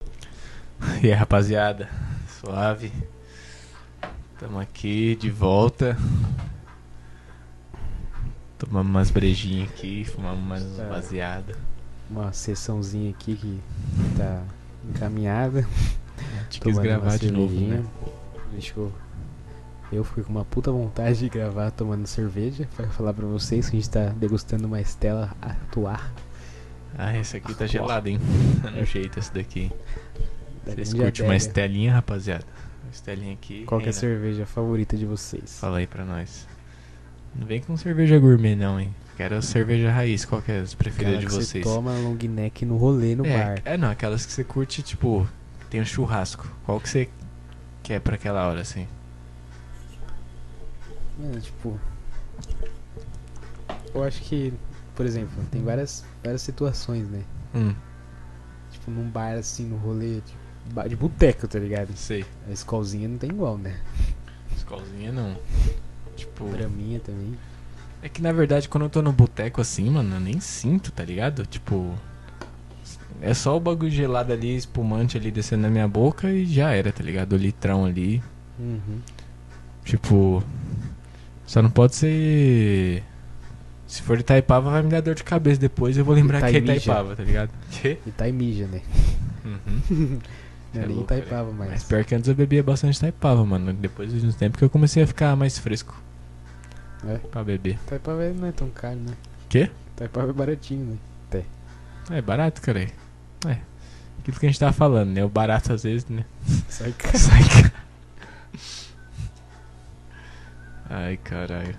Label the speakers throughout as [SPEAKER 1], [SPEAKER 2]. [SPEAKER 1] E aí, rapaziada, suave. Tamo aqui de volta. Tomamos umas brejinhas aqui, fumamos mais uns
[SPEAKER 2] É.
[SPEAKER 1] baseada.
[SPEAKER 2] Uma sessãozinha aqui que tá encaminhada.
[SPEAKER 1] A gente quis
[SPEAKER 2] Tomando
[SPEAKER 1] gravar
[SPEAKER 2] uma
[SPEAKER 1] de novo,
[SPEAKER 2] cervejinha.
[SPEAKER 1] né?
[SPEAKER 2] Deixa eu. Eu fiquei com uma puta vontade de gravar tomando cerveja. Pra falar pra vocês que a gente tá degustando uma Estela Atuar.
[SPEAKER 1] Ah, esse aqui tá
[SPEAKER 2] Ó.
[SPEAKER 1] gelado, hein? Tá no jeito esse daqui.
[SPEAKER 2] da
[SPEAKER 1] Vocês
[SPEAKER 2] grande
[SPEAKER 1] curtem uma
[SPEAKER 2] Tá adega.
[SPEAKER 1] estelinha, rapaziada? Uma estelinha aqui.
[SPEAKER 2] Qual que é a
[SPEAKER 1] reina.
[SPEAKER 2] cerveja favorita de vocês?
[SPEAKER 1] né? Fala aí pra nós. Não vem com cerveja gourmet, não, hein? Quero cerveja raiz. Qual que é as preferidas
[SPEAKER 2] Aquela
[SPEAKER 1] de
[SPEAKER 2] que você
[SPEAKER 1] vocês?
[SPEAKER 2] toma long neck no rolê no
[SPEAKER 1] é,
[SPEAKER 2] bar.
[SPEAKER 1] é, não, aquelas que você curte, tipo, tem um churrasco. Qual que você quer pra aquela hora, assim?
[SPEAKER 2] Mano, tipo. Eu acho que, por exemplo, tem várias, várias situações, né?
[SPEAKER 1] Hum,
[SPEAKER 2] Tipo, num bar assim, no rolê, tipo, bar de boteco, tá ligado?
[SPEAKER 1] sei.
[SPEAKER 2] A escolzinha não tem igual, né?
[SPEAKER 1] Escolzinha não. Tipo,
[SPEAKER 2] Braminha também.
[SPEAKER 1] é que na verdade quando eu tô no boteco assim, mano, eu nem sinto, tá ligado? Tipo, é só o bagulho gelado ali, espumante ali descendo na minha boca e já era, tá ligado? O litrão ali.
[SPEAKER 2] Uhum.
[SPEAKER 1] Tipo, só não pode ser. Se for Itaipava, vai me dar dor de cabeça depois eu vou lembrar que é
[SPEAKER 2] Itaimija.
[SPEAKER 1] Itaipava, tá ligado? Que?
[SPEAKER 2] E tá em mija, né?
[SPEAKER 1] Uhum.
[SPEAKER 2] Não é
[SPEAKER 1] É
[SPEAKER 2] nem
[SPEAKER 1] louco,
[SPEAKER 2] taipava mais.
[SPEAKER 1] Mas pior que antes eu bebia bastante taipava, mano. Depois de um tempo que eu comecei a ficar mais fresco.
[SPEAKER 2] É?
[SPEAKER 1] Pra beber.
[SPEAKER 2] Taipava é- não é tão caro, né?
[SPEAKER 1] Quê?
[SPEAKER 2] Taipava é baratinho, né?
[SPEAKER 1] É barato, cara. É. Aquilo que a gente tava falando, né? O barato às vezes, né?
[SPEAKER 2] Sai caro.
[SPEAKER 1] Sai, cara. Ai, caralho.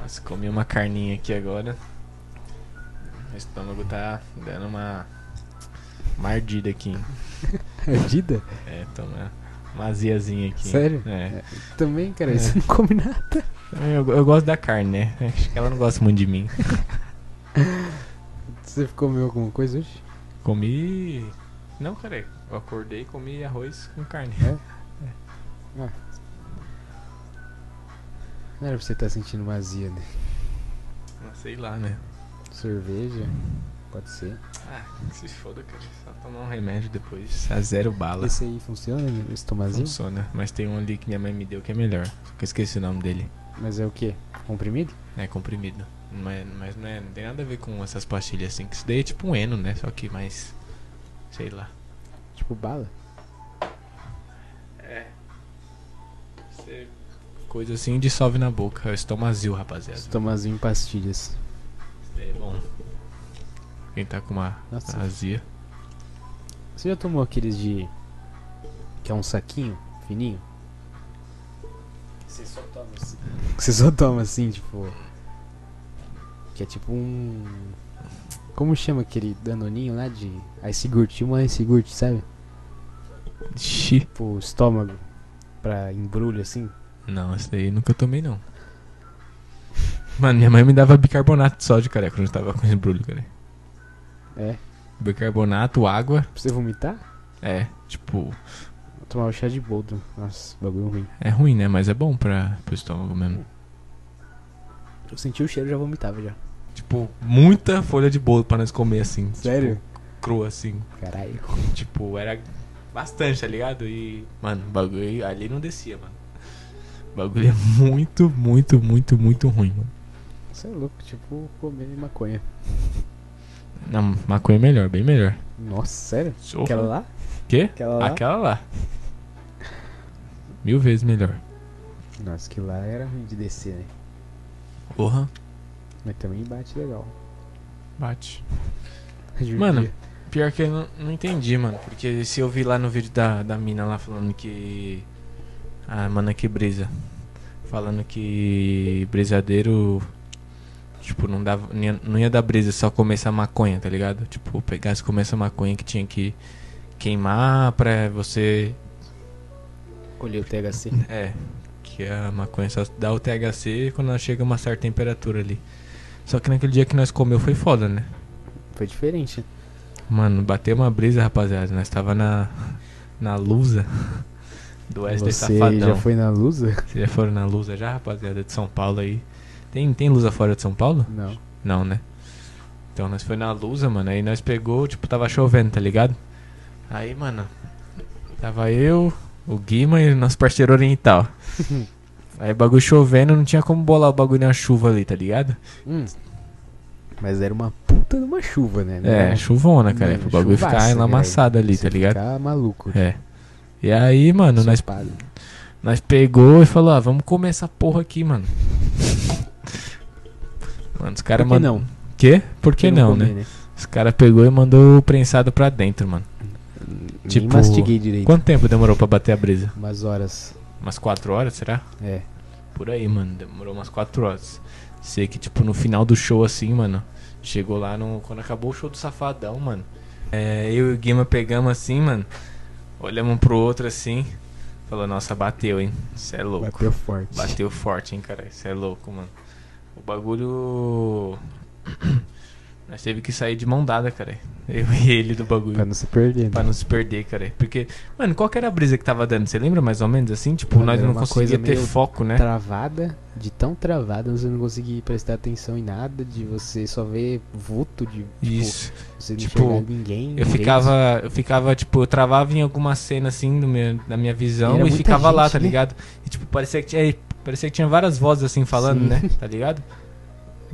[SPEAKER 1] Nossa, comi uma carninha aqui agora. Meu estômago tá dando uma. Uma ardida aqui. hein?
[SPEAKER 2] Adida?
[SPEAKER 1] É, toma uma aziazinha aqui.
[SPEAKER 2] Sério?
[SPEAKER 1] É.
[SPEAKER 2] Também, cara,
[SPEAKER 1] É.
[SPEAKER 2] isso não come nada.
[SPEAKER 1] Eu, eu gosto da carne, né? Acho que ela não gosta muito de mim.
[SPEAKER 2] Você comeu alguma coisa hoje?
[SPEAKER 1] Comi. Não, cara, eu acordei e comi arroz com carne.
[SPEAKER 2] Não era pra você estar sentindo vazia, né?
[SPEAKER 1] Mas Sei lá, né?
[SPEAKER 2] Cerveja? Pode ser.
[SPEAKER 1] Ah, se foda, cara. Só tomar um remédio depois. A zero bala.
[SPEAKER 2] Esse aí funciona, né? Esse tomazinho?
[SPEAKER 1] Funciona. Mas tem um ali que minha mãe me deu que é melhor. Só que eu esqueci o nome dele.
[SPEAKER 2] Mas é o quê? Comprimido?
[SPEAKER 1] É comprimido. Não é- mas não, é, não tem nada a ver com essas pastilhas assim. Que isso daí é tipo um eno, né? Só que mais. Sei lá.
[SPEAKER 2] Tipo bala?
[SPEAKER 1] É. Coisa assim dissolve na boca. É o estomazil, rapaziada.
[SPEAKER 2] Esse tomazinho em pastilhas.
[SPEAKER 1] É bom. Quem tá com uma
[SPEAKER 2] Nossa.
[SPEAKER 1] azia.
[SPEAKER 2] Você já tomou aqueles de. que é um saquinho fininho? Que você só toma assim. Que você só toma assim, tipo. Que é tipo um. Como chama aquele danoninho lá de. Aicigurt, uma Aicigurt, sabe?
[SPEAKER 1] Xi.
[SPEAKER 2] Tipo estômago. Pra embrulho assim.
[SPEAKER 1] Não, esse daí nunca tomei, não. Mano, minha mãe me dava bicarbonato de sódio, cara, quando eu tava com embrulho, cara.
[SPEAKER 2] É.
[SPEAKER 1] Bicarbonato, água.
[SPEAKER 2] Pra você vomitar?
[SPEAKER 1] É, tipo,
[SPEAKER 2] Tomar o chá de boldo. Nossa, bagulho ruim.
[SPEAKER 1] é ruim, né? Mas é bom pra, pro estômago mesmo.
[SPEAKER 2] Eu senti o cheiro e já vomitava já.
[SPEAKER 1] Tipo, muita folha de bolo pra nós comer assim. tipo,
[SPEAKER 2] Sério?
[SPEAKER 1] crua assim.
[SPEAKER 2] Caralho.
[SPEAKER 1] Tipo, era bastante, tá ligado? E, mano, o bagulho ali não descia, mano. O bagulho é muito, muito, muito, muito ruim, mano.
[SPEAKER 2] Isso é louco, tipo comer maconha.
[SPEAKER 1] Não, maconha é melhor, bem melhor.
[SPEAKER 2] Nossa, sério?
[SPEAKER 1] Sou.
[SPEAKER 2] Aquela lá?
[SPEAKER 1] Quê?
[SPEAKER 2] Aquela lá?
[SPEAKER 1] Aquela lá. Mil vezes melhor.
[SPEAKER 2] Nossa, que lá era ruim de descer, né?
[SPEAKER 1] Porra,
[SPEAKER 2] Mas também bate legal.
[SPEAKER 1] bate.
[SPEAKER 2] Judia.
[SPEAKER 1] Mano. Pior que eu não, não entendi, mano. Porque se eu vi lá no vídeo da, da mina lá falando que. Ah, mano, que brisa. Falando que brisadeiro. Tipo, não, dava, não ia- não ia dar brisa só comer essa maconha, tá ligado? Tipo, pegasse e comer essa maconha que tinha que queimar pra você
[SPEAKER 2] Colheu o THC.
[SPEAKER 1] É, que a maconha só dá o THC quando ela chega a uma certa temperatura ali. Só que naquele dia que nós comeu foi foda, né?
[SPEAKER 2] Foi diferente.
[SPEAKER 1] Mano, bateu uma brisa, rapaziada. Nós tava na na Lusa do Wesley
[SPEAKER 2] Você
[SPEAKER 1] Safadão.
[SPEAKER 2] já foi na Lusa?
[SPEAKER 1] Vocês já foram na Lusa já, rapaziada, de São Paulo aí. Tem, tem Lusa fora de São Paulo?
[SPEAKER 2] Não.
[SPEAKER 1] Não, né? Então nós foi na Lusa, mano. Aí nós pegou, tipo, tava chovendo, tá ligado? Aí, mano, Tava eu, o Guima e o nosso parceiro oriental. Aí bagulho chovendo, não tinha como bolar o bagulho na chuva ali, tá ligado?
[SPEAKER 2] Hum. Mas era uma puta de uma chuva, né? Não
[SPEAKER 1] É,
[SPEAKER 2] era-
[SPEAKER 1] chuvona, cara.
[SPEAKER 2] Mano,
[SPEAKER 1] o bagulho
[SPEAKER 2] chuvaça,
[SPEAKER 1] ficar
[SPEAKER 2] cara.
[SPEAKER 1] enlamaçado ali, tá
[SPEAKER 2] Você
[SPEAKER 1] ligado?
[SPEAKER 2] Ficar maluco.
[SPEAKER 1] É. E aí, mano, nós,
[SPEAKER 2] ensopado.
[SPEAKER 1] nós pegou e falou, ah, vamos comer essa porra aqui, mano. Mano, os
[SPEAKER 2] Por
[SPEAKER 1] caras
[SPEAKER 2] que
[SPEAKER 1] mandam.
[SPEAKER 2] não?
[SPEAKER 1] Quê? Por que não, né? Os caras pegou e mandou o prensado pra dentro, mano.
[SPEAKER 2] Tipo,
[SPEAKER 1] Tipo,
[SPEAKER 2] Nem mastiguei direito.
[SPEAKER 1] Quanto tempo demorou pra bater a brisa?
[SPEAKER 2] Umas horas.
[SPEAKER 1] Umas 4 horas, será?
[SPEAKER 2] É.
[SPEAKER 1] Por aí, mano. Demorou umas 4 horas. Sei que, tipo, no final do show, assim, mano. Chegou lá no. Quando acabou o show do Safadão, mano. É, eu e o Guima pegamos assim, mano. Olhamos um pro outro assim. Falou, nossa, bateu, hein? Cê é louco.
[SPEAKER 2] Bateu forte.
[SPEAKER 1] Bateu forte, hein, cara? Isso é louco, mano. O bagulho. Nós teve que sair de mão dada, cara. Eu e ele do
[SPEAKER 2] Pra
[SPEAKER 1] bagulho.
[SPEAKER 2] não se perder.
[SPEAKER 1] Pra
[SPEAKER 2] né?
[SPEAKER 1] não se perder, cara. Porque, mano, qual que era a brisa que tava dando? Você lembra mais ou menos assim? Tipo,
[SPEAKER 2] Mano,
[SPEAKER 1] nós
[SPEAKER 2] era
[SPEAKER 1] não
[SPEAKER 2] uma
[SPEAKER 1] conseguia
[SPEAKER 2] coisa
[SPEAKER 1] ter
[SPEAKER 2] meio
[SPEAKER 1] foco, né?
[SPEAKER 2] Travada, de tão travada, você não conseguir prestar atenção em nada, de você só ver vulto, de tipo, um
[SPEAKER 1] Isso.
[SPEAKER 2] você não
[SPEAKER 1] Tipo,
[SPEAKER 2] enxergar
[SPEAKER 1] Eu
[SPEAKER 2] ninguém. direito.
[SPEAKER 1] ficava, eu ficava, tipo, eu travava em alguma cena assim do meu, da minha
[SPEAKER 2] E
[SPEAKER 1] visão
[SPEAKER 2] era
[SPEAKER 1] e,
[SPEAKER 2] muita
[SPEAKER 1] ficava lá,
[SPEAKER 2] gente,
[SPEAKER 1] tá
[SPEAKER 2] né?
[SPEAKER 1] ligado? E tipo, parecia que tinha, parecia que tinha várias vozes assim falando,
[SPEAKER 2] Sim.
[SPEAKER 1] né? Tá ligado?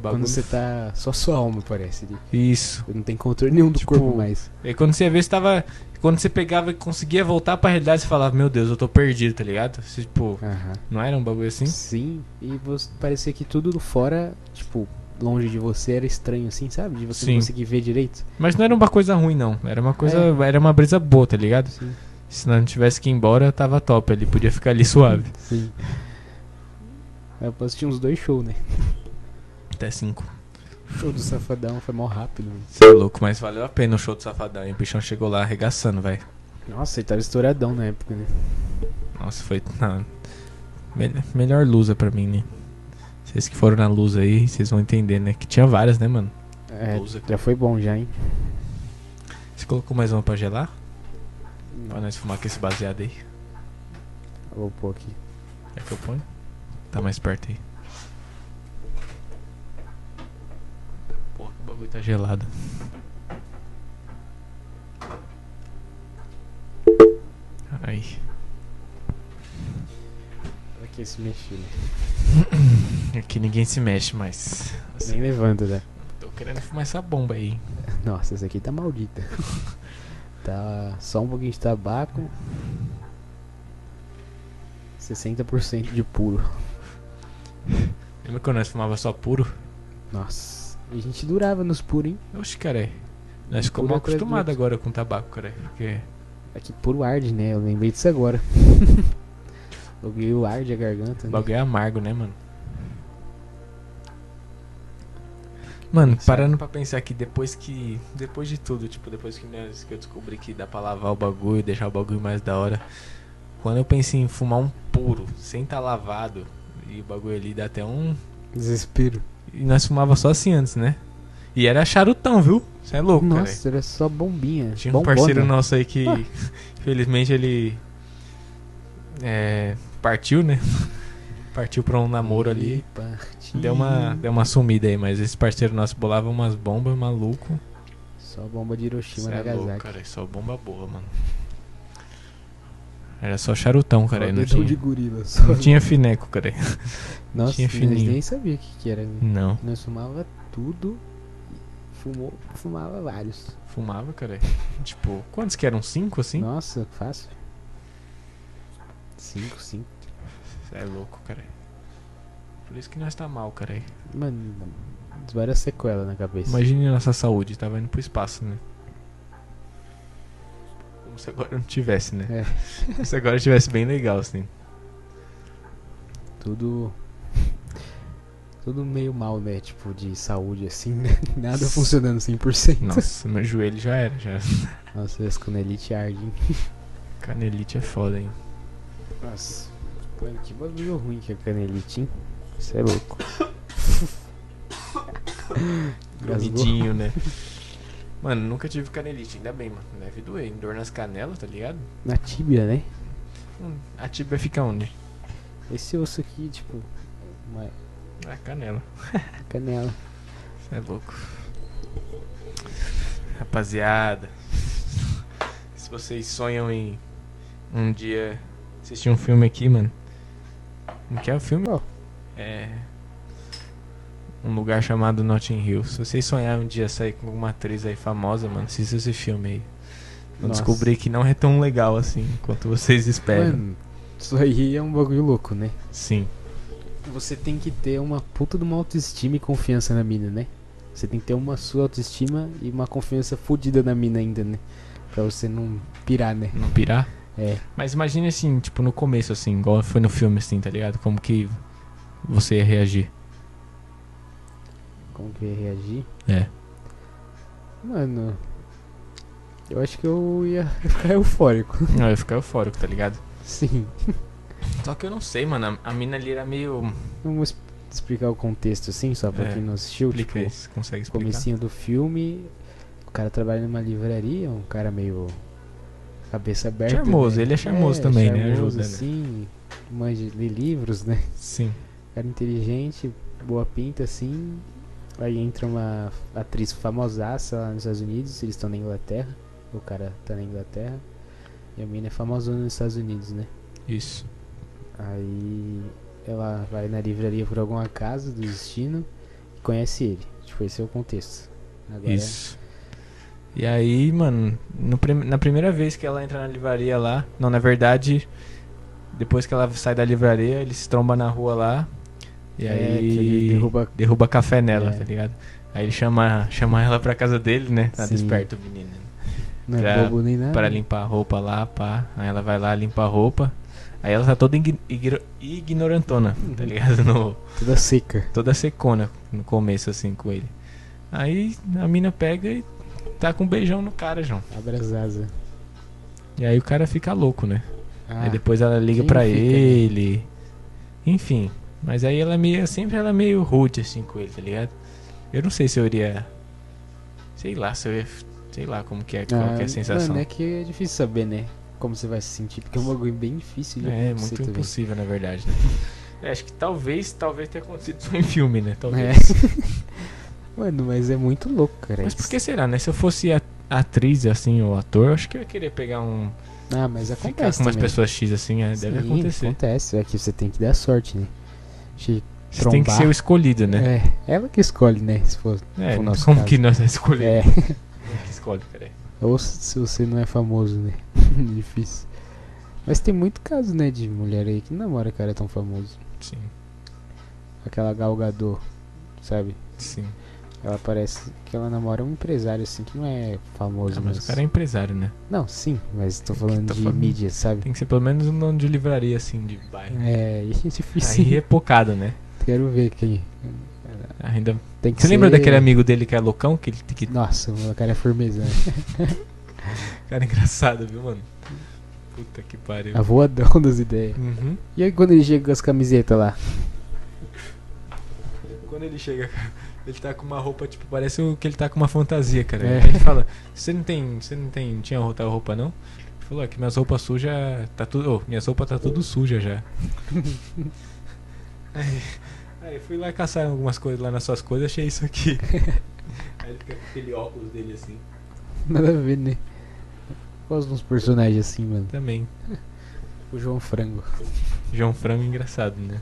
[SPEAKER 2] Quando você tá. Só sua alma parece ali.
[SPEAKER 1] Isso.
[SPEAKER 2] Não tem controle nenhum do
[SPEAKER 1] Tipo,
[SPEAKER 2] corpo mais.
[SPEAKER 1] E aí quando você vê, você tava. Quando você pegava e conseguia voltar pra realidade, você falava, meu Deus, eu tô perdido, tá ligado? Você, tipo,
[SPEAKER 2] Aham.
[SPEAKER 1] não era um bagulho assim?
[SPEAKER 2] Sim, e você, parecia que tudo fora, tipo, longe de você era estranho, assim, sabe? De você
[SPEAKER 1] Sim.
[SPEAKER 2] não conseguir ver direito.
[SPEAKER 1] Mas não era uma coisa ruim, não. Era uma coisa.
[SPEAKER 2] É.
[SPEAKER 1] Era uma brisa boa, tá ligado?
[SPEAKER 2] Sim.
[SPEAKER 1] Se não tivesse que ir embora, tava top. Ele podia ficar ali suave.
[SPEAKER 2] Sim. Eu assisti uns dois shows, né?
[SPEAKER 1] Até cinco.
[SPEAKER 2] O show do Safadão foi mal rápido. mano.
[SPEAKER 1] Você é louco, mas valeu a pena o show do Safadão, hein? O bichão chegou lá arregaçando, velho.
[SPEAKER 2] Nossa, ele tava estouradão na época, né?
[SPEAKER 1] Nossa, foi. na- Mel- melhor lusa pra mim, né? Vocês que foram na luz aí, vocês vão entender, né? Que tinha várias, né, mano?
[SPEAKER 2] É,
[SPEAKER 1] Lusa.
[SPEAKER 2] já foi bom já, hein?
[SPEAKER 1] Você colocou mais uma pra gelar? Pra nós fumar com esse baseado aí.
[SPEAKER 2] Vou pôr aqui.
[SPEAKER 1] É que eu ponho? Tá mais perto aí. Porra, o bagulho tá gelado. Ai.
[SPEAKER 2] Pra que se mexer, né?
[SPEAKER 1] Aqui ninguém se mexe mais.
[SPEAKER 2] Nem levanta, né?
[SPEAKER 1] Tô querendo fumar essa bomba aí.
[SPEAKER 2] Nossa, essa aqui tá maldita. tá só um pouquinho de tabaco. 60% de puro.
[SPEAKER 1] Lembra quando nós fumava só puro?
[SPEAKER 2] Nossa. A gente durava nos puros, hein?
[SPEAKER 1] Oxe, cara. é. Nós
[SPEAKER 2] Puro
[SPEAKER 1] ficamos mal
[SPEAKER 2] é coisa
[SPEAKER 1] acostumados
[SPEAKER 2] doida.
[SPEAKER 1] agora com tabaco, cara. Porque.
[SPEAKER 2] É que puro arde, né? Eu lembrei disso agora. Loguei o arde a garganta.
[SPEAKER 1] O
[SPEAKER 2] Né?
[SPEAKER 1] bagulho é amargo, né, mano? Mano,
[SPEAKER 2] Sabe?
[SPEAKER 1] parando pra pensar que depois que. Depois de tudo, tipo, depois que, nós- que eu descobri que dá pra lavar o bagulho, deixar o bagulho mais da hora. Quando eu pensei em fumar um puro, sem tá lavado, e o bagulho ali dá até um.
[SPEAKER 2] Desespero.
[SPEAKER 1] E nós fumava só assim antes, né? E era charutão, viu? Você é louco, cara.
[SPEAKER 2] Nossa, né? era só bombinha.
[SPEAKER 1] Tinha um
[SPEAKER 2] bombona.
[SPEAKER 1] parceiro nosso aí que, infelizmente, ele é, partiu, né? Partiu pra um namoro ali.
[SPEAKER 2] Epa,
[SPEAKER 1] Deu uma, deu uma sumida aí, mas esse parceiro nosso bolava umas bombas maluco.
[SPEAKER 2] Só bomba de Hiroshima
[SPEAKER 1] Cê é louco,
[SPEAKER 2] Nagasaki.
[SPEAKER 1] cara. Só bomba boa, mano. Era só charutão, cara. Não
[SPEAKER 2] Dedão de
[SPEAKER 1] tinha,
[SPEAKER 2] gorila. Só.
[SPEAKER 1] não tinha fineco, cara.
[SPEAKER 2] Nossa,
[SPEAKER 1] tinha
[SPEAKER 2] nós
[SPEAKER 1] fininho.
[SPEAKER 2] nem sabia o que, que era. né?
[SPEAKER 1] Não.
[SPEAKER 2] Nós fumava tudo. e Fumou, fumava vários.
[SPEAKER 1] Fumava, cara. Tipo, quantos que eram? Cinco, assim?
[SPEAKER 2] Nossa, fácil. Cinco, cinco.
[SPEAKER 1] Cê é louco, cara. Por isso que nós tá mal, cara.
[SPEAKER 2] Mano, várias sequelas na cabeça.
[SPEAKER 1] Imagine a nossa saúde, tava indo pro espaço, né? Como se agora não tivesse, né?
[SPEAKER 2] É.
[SPEAKER 1] Como se agora tivesse bem legal, assim.
[SPEAKER 2] Tudo. Tudo meio mal, né? Tipo, de saúde assim, né? Nada funcionando 100%.
[SPEAKER 1] Nossa, meu joelho já era, já.
[SPEAKER 2] Nossa, as canelite ardem.
[SPEAKER 1] Canelite é foda, hein?
[SPEAKER 2] Nossa. Mano, que bagulho ruim que é canelite, hein? Você é louco. Engasgou.
[SPEAKER 1] Grumidinho, né? Mano, nunca tive canelite, ainda bem, mano. Deve doer, hein? dor nas canelas, tá ligado?
[SPEAKER 2] Na tíbia, né?
[SPEAKER 1] Hum, a tibia fica onde?
[SPEAKER 2] Esse osso aqui, tipo. Uma
[SPEAKER 1] Na canela.
[SPEAKER 2] canela.
[SPEAKER 1] Cê é louco. Rapaziada, se vocês sonham em um dia assisti um filme aqui, mano. Como que é o filme?
[SPEAKER 2] Qual?
[SPEAKER 1] É. Um lugar chamado Notting Hill. Se vocês sonharem um dia sair com alguma atriz aí famosa, mano, assista esse filme aí. Eu
[SPEAKER 2] Nossa.
[SPEAKER 1] descobri que não é tão legal assim quanto vocês esperam.
[SPEAKER 2] Mano, isso aí é um bagulho louco, né?
[SPEAKER 1] Sim.
[SPEAKER 2] Você tem que ter uma puta de uma autoestima e confiança na mina, né? Você tem que ter uma sua autoestima e uma confiança fodida na mina ainda, né? Pra você não pirar, né?
[SPEAKER 1] Não pirar?
[SPEAKER 2] É.
[SPEAKER 1] Mas imagine assim, tipo, no começo, assim, igual foi no filme, assim, tá ligado? Como que você ia reagir?
[SPEAKER 2] Como que eu ia reagir?
[SPEAKER 1] É.
[SPEAKER 2] Mano. Eu acho que eu ia ficar eufórico.
[SPEAKER 1] Eu ia ficar eufórico, tá ligado?
[SPEAKER 2] Sim.
[SPEAKER 1] Só que eu não sei, mano. A a mina ali era meio.
[SPEAKER 2] Vamos explicar o contexto assim, só pra
[SPEAKER 1] É,
[SPEAKER 2] quem não assistiu.
[SPEAKER 1] Explica
[SPEAKER 2] tipo,
[SPEAKER 1] aí, você consegue explicar?
[SPEAKER 2] comecinho do filme, o cara trabalha numa livraria, um cara meio cabeça aberta.
[SPEAKER 1] Charmoso,
[SPEAKER 2] né?
[SPEAKER 1] ele é charmoso também, né?
[SPEAKER 2] charmoso,
[SPEAKER 1] Ajuda, né?
[SPEAKER 2] assim, manja de livros, né?
[SPEAKER 1] Sim.
[SPEAKER 2] Cara inteligente, boa pinta, assim. Aí entra uma atriz famosaça lá nos Estados Unidos, eles estão na Inglaterra, o cara tá na Inglaterra, e a mina é famosona nos Estados Unidos, né?
[SPEAKER 1] Isso.
[SPEAKER 2] Aí ela vai na livraria por algum acaso do destino e conhece ele. Tipo, esse é o contexto. Agora, é.
[SPEAKER 1] Isso. E aí, mano, no prim- na primeira vez que ela entra na livraria lá, não, na verdade, depois que ela sai da livraria, ele se tromba na rua lá. E
[SPEAKER 2] É, que
[SPEAKER 1] aí
[SPEAKER 2] ele derruba-
[SPEAKER 1] derruba café nela,
[SPEAKER 2] É.
[SPEAKER 1] tá ligado? Aí ele chama, chama ela pra casa dele, né? Tá
[SPEAKER 2] Sim.
[SPEAKER 1] desperto o menino. né?
[SPEAKER 2] não é
[SPEAKER 1] pra-
[SPEAKER 2] bobo nem nada.
[SPEAKER 1] Pra limpar a roupa lá, pá. Aí ela vai lá, limpa a roupa. Aí ela tá toda ign- igro- ignorantona, tá ligado? No,
[SPEAKER 2] Toda seca.
[SPEAKER 1] toda secona no começo, assim, com ele. Aí a mina pega e tá com um beijão no cara, João.
[SPEAKER 2] Abre as asas.
[SPEAKER 1] E aí o cara fica louco, né?
[SPEAKER 2] Ah,
[SPEAKER 1] aí depois ela liga
[SPEAKER 2] quem
[SPEAKER 1] pra
[SPEAKER 2] fica, né?
[SPEAKER 1] ele. Enfim. Mas aí ela é meio. Sempre ela é meio rude, assim, com ele, tá ligado? Eu não sei se eu iria. Sei lá, se eu ia. Sei lá como que é, qual
[SPEAKER 2] ah,
[SPEAKER 1] que é a sensação.
[SPEAKER 2] Mano, é que é difícil saber, né? Como você vai se sentir, porque é um bagulho bem difícil de
[SPEAKER 1] É,
[SPEAKER 2] acontecer
[SPEAKER 1] muito
[SPEAKER 2] também.
[SPEAKER 1] impossível, na verdade. Né? É, acho que talvez, talvez tenha acontecido só em filme, né? Talvez.
[SPEAKER 2] É. Mano, mas é muito louco, cara.
[SPEAKER 1] Mas por que será, né? Se eu fosse a- atriz, assim, ou ator, eu acho que eu ia querer pegar um.
[SPEAKER 2] Ah, mas
[SPEAKER 1] Ficar
[SPEAKER 2] acontece
[SPEAKER 1] com umas
[SPEAKER 2] também.
[SPEAKER 1] pessoas X, assim, é, deve
[SPEAKER 2] Sim,
[SPEAKER 1] acontecer.
[SPEAKER 2] acontece. É que você tem que dar sorte, né? Você
[SPEAKER 1] Você tem que
[SPEAKER 2] trombar.
[SPEAKER 1] ser o escolhido, né?
[SPEAKER 2] É, ela que escolhe, né? Se for...
[SPEAKER 1] É,
[SPEAKER 2] Pro nosso
[SPEAKER 1] como
[SPEAKER 2] caso.
[SPEAKER 1] que nós escolhemos?
[SPEAKER 2] É.
[SPEAKER 1] Quem que escolhe, cara?
[SPEAKER 2] Ou se você não é famoso, né? Difícil. Mas tem muito caso, né, de mulher aí que não namora cara tão famoso.
[SPEAKER 1] Sim,
[SPEAKER 2] Aquela galgador, sabe?
[SPEAKER 1] sim.
[SPEAKER 2] Ela parece que ela namora um empresário assim que não é famoso,
[SPEAKER 1] Ah, mas
[SPEAKER 2] mas-
[SPEAKER 1] o cara é empresário, né?
[SPEAKER 2] Não, sim, mas tô falando
[SPEAKER 1] tô
[SPEAKER 2] de
[SPEAKER 1] falando?
[SPEAKER 2] mídia, sabe?
[SPEAKER 1] Tem que ser pelo menos um nome de livraria, assim, de bairro.
[SPEAKER 2] É, e é difícil.
[SPEAKER 1] Aí é pocado, né?
[SPEAKER 2] Quero ver quem.
[SPEAKER 1] Ainda...
[SPEAKER 2] Tem que
[SPEAKER 1] Você
[SPEAKER 2] ser...
[SPEAKER 1] lembra daquele amigo dele que é loucão? Que ele que...
[SPEAKER 2] Nossa, o cara é firmeza, né?
[SPEAKER 1] Cara engraçado, viu, mano? Puta que pariu.
[SPEAKER 2] A É voadão das ideias.
[SPEAKER 1] Uhum.
[SPEAKER 2] E aí quando ele chega com as camisetas lá?
[SPEAKER 1] Quando ele chega, cara, ele tá com uma roupa, tipo, parece o que ele tá com uma fantasia, cara.
[SPEAKER 2] É.
[SPEAKER 1] Aí ele fala, você não tem. Você não tem. Tinha outra roupa, não? Ele falou, "Ah, que minhas roupas sujas. Tá tudo. ô, minhas roupas tá tudo suja já. aí, aí eu fui lá caçar algumas coisas lá nas suas coisas achei isso aqui. aí ele fica com aquele óculos dele assim.
[SPEAKER 2] Nada a ver, né? Eu Gosto de uns personagens assim, mano.
[SPEAKER 1] Também.
[SPEAKER 2] O João Frango.
[SPEAKER 1] João Frango engraçado, né?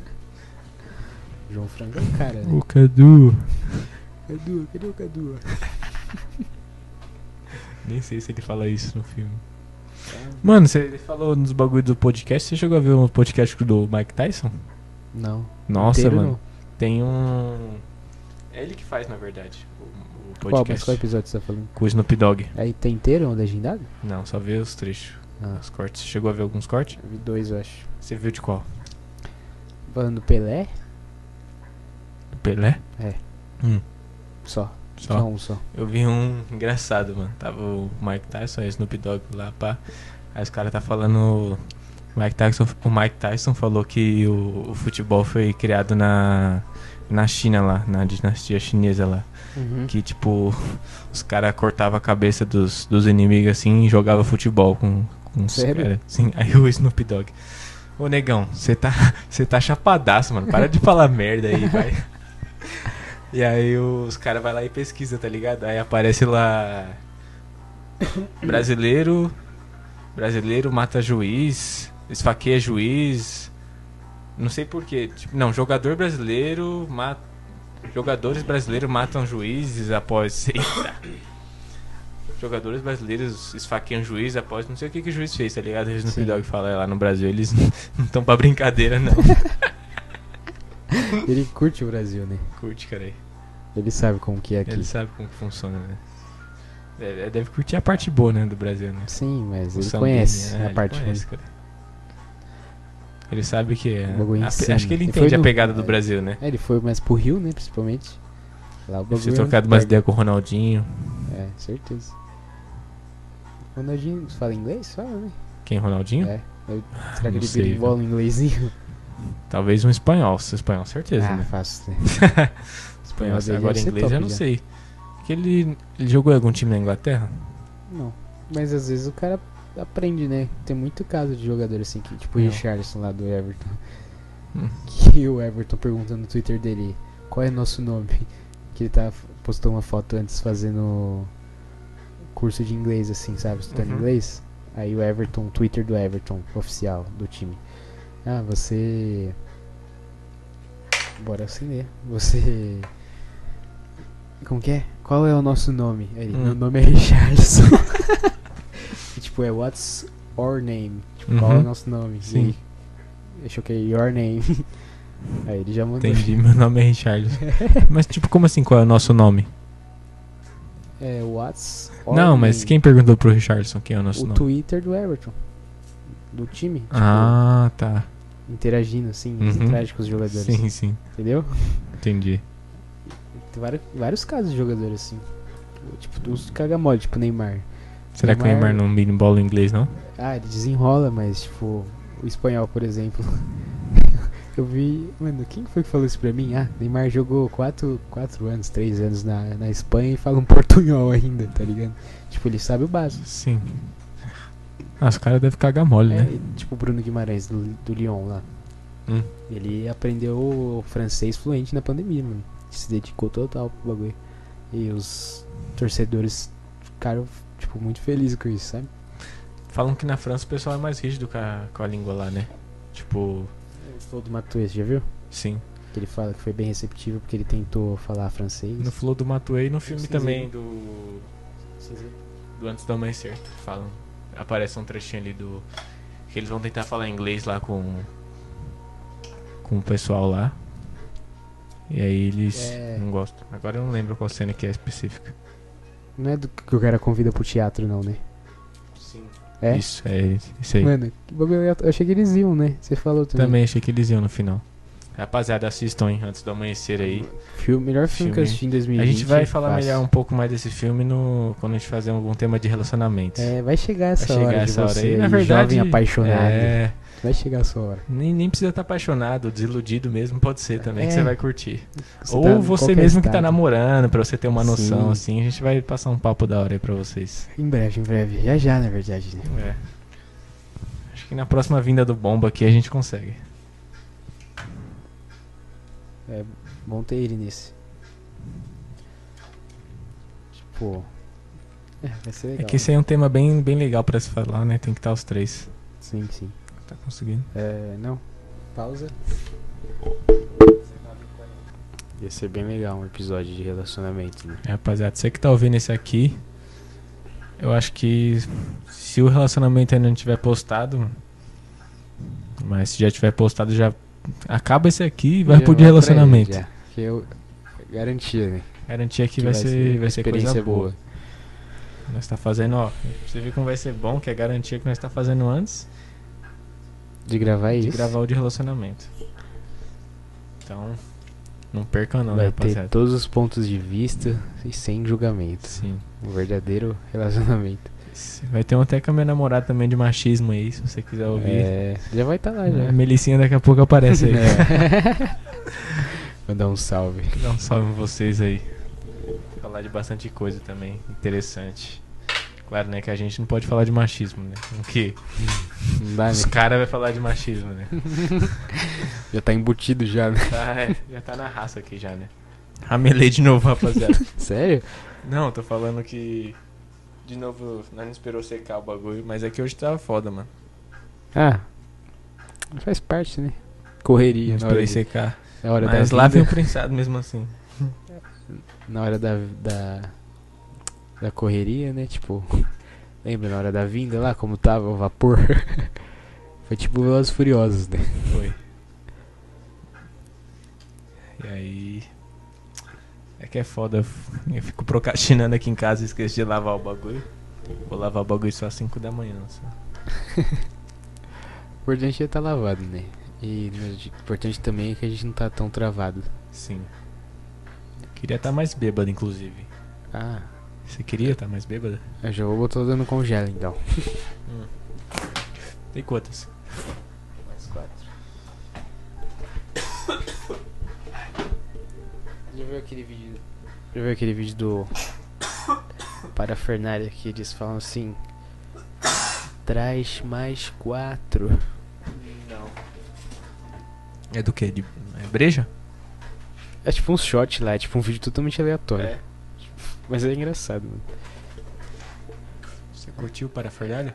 [SPEAKER 2] O João Frango é um cara, né?
[SPEAKER 1] O Cadu.
[SPEAKER 2] Cadu, cadê o Cadu?
[SPEAKER 1] Nem sei se ele fala isso no filme.
[SPEAKER 2] Ah,
[SPEAKER 1] Mano, você ele falou nos bagulho do podcast, você chegou a ver um podcast do Mike Tyson?
[SPEAKER 2] Não.
[SPEAKER 1] Nossa,
[SPEAKER 2] Inteiro
[SPEAKER 1] mano.
[SPEAKER 2] não.
[SPEAKER 1] Tem um. É ele que faz, na verdade, é o, o
[SPEAKER 2] Qual, mas
[SPEAKER 1] podcast.
[SPEAKER 2] qual episódio você tá falando?
[SPEAKER 1] Com o Snoop Dogg.
[SPEAKER 2] Aí tem inteiro ou legendado?
[SPEAKER 1] Não, só vê os trechos,
[SPEAKER 2] Ah,
[SPEAKER 1] os cortes. Você chegou a ver alguns cortes?
[SPEAKER 2] eu vi dois, eu acho.
[SPEAKER 1] Você viu de qual?
[SPEAKER 2] Falando do Pelé?
[SPEAKER 1] Do Pelé? Hum,
[SPEAKER 2] Só.
[SPEAKER 1] Só.
[SPEAKER 2] Só um só.
[SPEAKER 1] Eu vi um engraçado, mano. Tava o Mike Tyson e o Snoop Dogg lá, pá. Aí os caras tá falando. O Mike Tyson, o Mike Tyson falou que o, o futebol foi criado na, na China lá, na dinastia chinesa lá.
[SPEAKER 2] Uhum.
[SPEAKER 1] Que tipo, os caras cortavam a cabeça dos, dos inimigos assim e jogava futebol com, com os
[SPEAKER 2] Sério?
[SPEAKER 1] caras. Sim, aí o Snoop Dogg. Ô negão, você tá, você tá chapadaço, mano. Para de falar merda aí, vai. E aí os caras vai lá e pesquisa, tá ligado? Aí aparece lá. Brasileiro Brasileiro mata juiz, esfaqueia juiz. Não sei porquê. Tipo, não, jogador brasileiro mata. Jogadores brasileiros matam juízes após. Eita. Jogadores brasileiros esfaqueiam juiz após. Não sei o que, que o juiz fez, tá ligado? Eles no
[SPEAKER 2] Sim.
[SPEAKER 1] Free Dog falam é, lá no Brasil, eles não estão pra brincadeira, não.
[SPEAKER 2] Ele curte o Brasil, né?
[SPEAKER 1] Curte, cara aí.
[SPEAKER 2] Ele sabe como que é aqui.
[SPEAKER 1] Ele sabe como que funciona, né? Deve, deve curtir a parte boa, né, do Brasil, né?
[SPEAKER 2] Sim, mas
[SPEAKER 1] O
[SPEAKER 2] ele
[SPEAKER 1] sambinha,
[SPEAKER 2] conhece
[SPEAKER 1] né?
[SPEAKER 2] a parte
[SPEAKER 1] ele
[SPEAKER 2] ruim.
[SPEAKER 1] conhece, cara. Ele sabe que é.
[SPEAKER 2] O bagulho
[SPEAKER 1] a-
[SPEAKER 2] insano.
[SPEAKER 1] acho que ele
[SPEAKER 2] Ele foi
[SPEAKER 1] entende a
[SPEAKER 2] no-
[SPEAKER 1] pegada do
[SPEAKER 2] é.
[SPEAKER 1] Brasil, né?
[SPEAKER 2] É, ele foi mais pro Rio, né? Principalmente. Lá o
[SPEAKER 1] Deve
[SPEAKER 2] bagulho.
[SPEAKER 1] ter
[SPEAKER 2] é
[SPEAKER 1] trocado
[SPEAKER 2] muito
[SPEAKER 1] umas ideias com o Ronaldinho.
[SPEAKER 2] perto. É, certeza. O Ronaldinho fala inglês? Fala, né?
[SPEAKER 1] Quem é Ronaldinho?
[SPEAKER 2] É. Eu- Será que
[SPEAKER 1] não
[SPEAKER 2] ele
[SPEAKER 1] sei, né?
[SPEAKER 2] berimbau em inglesinho?
[SPEAKER 1] Talvez um espanhol. Se espanhol, certeza,
[SPEAKER 2] ah,
[SPEAKER 1] né?
[SPEAKER 2] fácil, né?
[SPEAKER 1] Espanhol,
[SPEAKER 2] espanhol
[SPEAKER 1] agora
[SPEAKER 2] dele deve ser
[SPEAKER 1] inglês,
[SPEAKER 2] top
[SPEAKER 1] eu não
[SPEAKER 2] já.
[SPEAKER 1] sei. Porque ele, ele jogou em algum time na Inglaterra?
[SPEAKER 2] Não. Mas às vezes o cara aprende, né? Tem muito caso de jogador assim que, tipo o
[SPEAKER 1] Não.
[SPEAKER 2] Richardson lá do Everton.
[SPEAKER 1] Hum.
[SPEAKER 2] Que o Everton pergunta no Twitter dele qual é nosso nome. Que ele tá, postou uma foto antes fazendo curso de inglês, assim, sabe? Estudando
[SPEAKER 1] Uhum.
[SPEAKER 2] inglês. Aí o Everton, o Twitter do Everton, oficial do time. Ah, você. Bora acender. Você. Como que é? Qual é o nosso nome? Aí Ele,
[SPEAKER 1] Hum.
[SPEAKER 2] Meu nome é Richardson. E, tipo, é what's our name? Tipo, qual é o
[SPEAKER 1] Uhum.
[SPEAKER 2] nosso nome? E
[SPEAKER 1] Sim.
[SPEAKER 2] aí, eu choquei your name. Aí ele já mandou.
[SPEAKER 1] Entendi, meu nome é Richard. Mas, tipo, como assim, qual é o nosso nome?
[SPEAKER 2] É what's our
[SPEAKER 1] não, mas
[SPEAKER 2] name?
[SPEAKER 1] quem perguntou pro Richardson quem é o nosso
[SPEAKER 2] O
[SPEAKER 1] nome?
[SPEAKER 2] Twitter do Everton. Do time. Tipo,
[SPEAKER 1] Ah, tá.
[SPEAKER 2] interagindo, assim, eles
[SPEAKER 1] Uhum.
[SPEAKER 2] interagem com os jogadores.
[SPEAKER 1] Sim, sim. Entendeu? Entendi.
[SPEAKER 2] Tem vários, vários casos de jogadores, assim. Tipo, os cagamole, tipo Neymar.
[SPEAKER 1] Será que o
[SPEAKER 2] Neymar-
[SPEAKER 1] Neymar não beanbola o inglês, não?
[SPEAKER 2] Ah, ele desenrola, mas tipo, o espanhol, por exemplo. Eu vi. Mano, quem foi que falou isso pra mim? Ah, Neymar jogou 4 quatro, quatro anos, 3 anos na, na Espanha e fala um portunhol ainda, tá ligado? Tipo, ele sabe o básico.
[SPEAKER 1] Sim. Ah, os caras devem cagar mole,
[SPEAKER 2] É,
[SPEAKER 1] né?
[SPEAKER 2] e, tipo o Bruno Guimarães do, do Lyon lá.
[SPEAKER 1] Hum.
[SPEAKER 2] Ele aprendeu o francês fluente na pandemia, mano. Se dedicou total pro bagulho. E os torcedores ficaram, tipo, muito felizes com isso, sabe?
[SPEAKER 1] Falam que na França o pessoal é mais rígido com a, com a língua lá, né? Tipo,
[SPEAKER 2] Ele falou do Matuês, já viu?
[SPEAKER 1] sim.
[SPEAKER 2] Que ele fala que foi bem receptivo porque ele tentou falar francês.
[SPEAKER 1] No Flow do Matuei e no filme
[SPEAKER 2] Sim,
[SPEAKER 1] também
[SPEAKER 2] sim.
[SPEAKER 1] do. Do Antes do Amanhecer. Falam. Aparece um trechinho ali do. Que eles vão tentar falar inglês lá com. Com o pessoal lá. E aí eles
[SPEAKER 2] É.
[SPEAKER 1] não gostam. Agora eu não lembro qual cena que é específica.
[SPEAKER 2] Não é do que o cara convida pro teatro, não, né?
[SPEAKER 1] Sim.
[SPEAKER 2] É?
[SPEAKER 1] Isso, é isso aí.
[SPEAKER 2] Mano, que bagulho aleatório. eu achei que eles iam, né? Você falou também.
[SPEAKER 1] Também achei que eles iam no final. Rapaziada, assistam, hein, antes do amanhecer aí.
[SPEAKER 2] Filme, melhor filme, que eu
[SPEAKER 1] Filme.
[SPEAKER 2] assisti em 2020.
[SPEAKER 1] A gente vai falar
[SPEAKER 2] fácil.
[SPEAKER 1] melhor um pouco mais desse filme no, quando a gente fazer algum tema de relacionamentos.
[SPEAKER 2] É, vai chegar essa
[SPEAKER 1] Vai chegar
[SPEAKER 2] hora de
[SPEAKER 1] essa hora
[SPEAKER 2] você,
[SPEAKER 1] aí. Na verdade,
[SPEAKER 2] jovem apaixonado.
[SPEAKER 1] É,
[SPEAKER 2] Vai chegar a sua hora.
[SPEAKER 1] nem, nem precisa estar apaixonado, desiludido mesmo, pode ser também, que
[SPEAKER 2] É.
[SPEAKER 1] você vai curtir.
[SPEAKER 2] Você
[SPEAKER 1] Ou
[SPEAKER 2] tá em
[SPEAKER 1] você
[SPEAKER 2] qualquer
[SPEAKER 1] mesmo que tá
[SPEAKER 2] estado.
[SPEAKER 1] namorando, pra você ter uma noção,
[SPEAKER 2] Sim.
[SPEAKER 1] assim, a gente vai passar um papo da hora aí pra vocês.
[SPEAKER 2] Em breve, em breve. Já já, na verdade. né?
[SPEAKER 1] É. Acho que na próxima vinda do Bomba aqui a gente consegue.
[SPEAKER 2] É bom ter ele nesse. Tipo. É, vai ser legal.
[SPEAKER 1] É que esse aí é um tema bem, bem legal pra se falar, né? Tem que estar os três.
[SPEAKER 2] né? Sim, sim.
[SPEAKER 1] Tá conseguindo.
[SPEAKER 2] É, não. Pausa. Ia ser bem legal um episódio de relacionamento, né?
[SPEAKER 1] É, Rapaziada, você que tá ouvindo esse aqui, eu acho que se o relacionamento ainda não tiver postado, mas se já tiver postado, já acaba esse aqui e vai
[SPEAKER 2] Já
[SPEAKER 1] pro de
[SPEAKER 2] pra
[SPEAKER 1] relacionamento.
[SPEAKER 2] ele, já. é, Que eu garantia, né?
[SPEAKER 1] Garantia que, vai, ser, vai ser coisa boa. Nós tá fazendo, ó, pra você ver como vai ser bom, que é a garantia que nós tá fazendo antes
[SPEAKER 2] De gravar
[SPEAKER 1] de
[SPEAKER 2] É isso.
[SPEAKER 1] gravar o de relacionamento. Então, não perca não, né,
[SPEAKER 2] vai ter
[SPEAKER 1] rapaziada.
[SPEAKER 2] todos os pontos de vista e sem julgamentos.
[SPEAKER 1] Sim.
[SPEAKER 2] Um verdadeiro relacionamento.
[SPEAKER 1] Vai ter um até com a minha namorada também de machismo aí, se você quiser ouvir.
[SPEAKER 2] É, já vai estar lá já.
[SPEAKER 1] A Né? Melicinha daqui a pouco aparece aí.
[SPEAKER 2] É. Mandar um salve.
[SPEAKER 1] Dá um salve em vocês aí. Falar de bastante coisa também, interessante. Claro, né, que a gente não pode falar de machismo, né? O quê?
[SPEAKER 2] Não dá,
[SPEAKER 1] Os
[SPEAKER 2] né?
[SPEAKER 1] caras vão falar de machismo, né?
[SPEAKER 2] Já tá embutido já, né?
[SPEAKER 1] Tá, é, já tá na raça aqui já, né? Ramelei de novo, rapaziada.
[SPEAKER 2] Sério?
[SPEAKER 1] não, tô falando que... de novo, nós não esperou secar o bagulho, mas é que hoje tá foda, mano.
[SPEAKER 2] Ah, faz parte, né? Correria, na hora,
[SPEAKER 1] Esperei
[SPEAKER 2] de,
[SPEAKER 1] secar.
[SPEAKER 2] na hora
[SPEAKER 1] Mas
[SPEAKER 2] da
[SPEAKER 1] lá vem
[SPEAKER 2] vida,
[SPEAKER 1] o prensado mesmo assim.
[SPEAKER 2] Na hora da, da, da correria, né? Tipo, lembra na hora da vinda lá, como tava o vapor? Foi tipo Velozes e Furiosos, né?
[SPEAKER 1] Foi. E aí. É que é foda. eu f- Eu fico procrastinando aqui em casa e esqueço de lavar o bagulho. Vou lavar o bagulho só às 5 da manhã. Só.
[SPEAKER 2] O importante é estar lavado, né? E o importante também é que a gente não tá tão travado.
[SPEAKER 1] Sim. Queria estar mais bêbado, inclusive.
[SPEAKER 2] Ah,
[SPEAKER 1] Você queria estar mais bêbado?
[SPEAKER 2] eu já vou botar o dedo no congelo então.
[SPEAKER 1] Tem quantas? Mais quatro.
[SPEAKER 2] Já viu aquele vídeo? Já viu aquele vídeo do Parafernália que eles falam assim: Traz mais quatro.
[SPEAKER 1] Não. É do que? De é breja?
[SPEAKER 2] É tipo um shot lá, é tipo um vídeo totalmente aleatório. Mas é engraçado, mano.
[SPEAKER 1] Você curtiu o parafernália?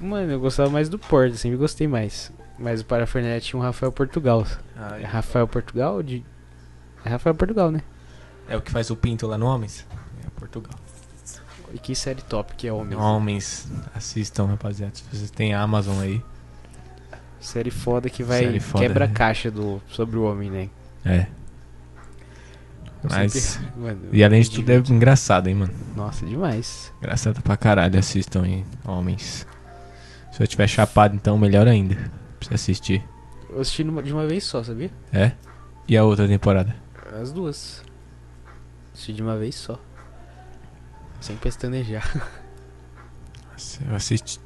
[SPEAKER 2] Mano, eu gostava mais do Porto, sempre gostei mais. Mas o Parafernália tinha um Rafael Portugal.
[SPEAKER 1] Ah,
[SPEAKER 2] É Rafael Portugal ou de. É Rafael Portugal, né?
[SPEAKER 1] é o que faz o pinto lá no Homens? É Portugal.
[SPEAKER 2] E que série top que é homem.
[SPEAKER 1] Homens, assistam, rapaziada. Se vocês têm Amazon aí.
[SPEAKER 2] Série foda que vai
[SPEAKER 1] Série foda,
[SPEAKER 2] quebra a
[SPEAKER 1] né?
[SPEAKER 2] caixa do sobre o homem, né?
[SPEAKER 1] É.
[SPEAKER 2] Eu
[SPEAKER 1] Mas-
[SPEAKER 2] sempre- mano,
[SPEAKER 1] E além de
[SPEAKER 2] eu
[SPEAKER 1] tudo, é engraçado, hein, mano.
[SPEAKER 2] Nossa, demais.
[SPEAKER 1] Engraçado pra caralho. Assistam, hein, Homens. Se eu tiver chapado, então, melhor ainda. Pra você assistir.
[SPEAKER 2] Eu assisti numa- de uma vez só, sabia?
[SPEAKER 1] É? E a outra temporada?
[SPEAKER 2] As duas. Assisti de uma vez só. Sem pestanejar.
[SPEAKER 1] Nossa, Eu assisti.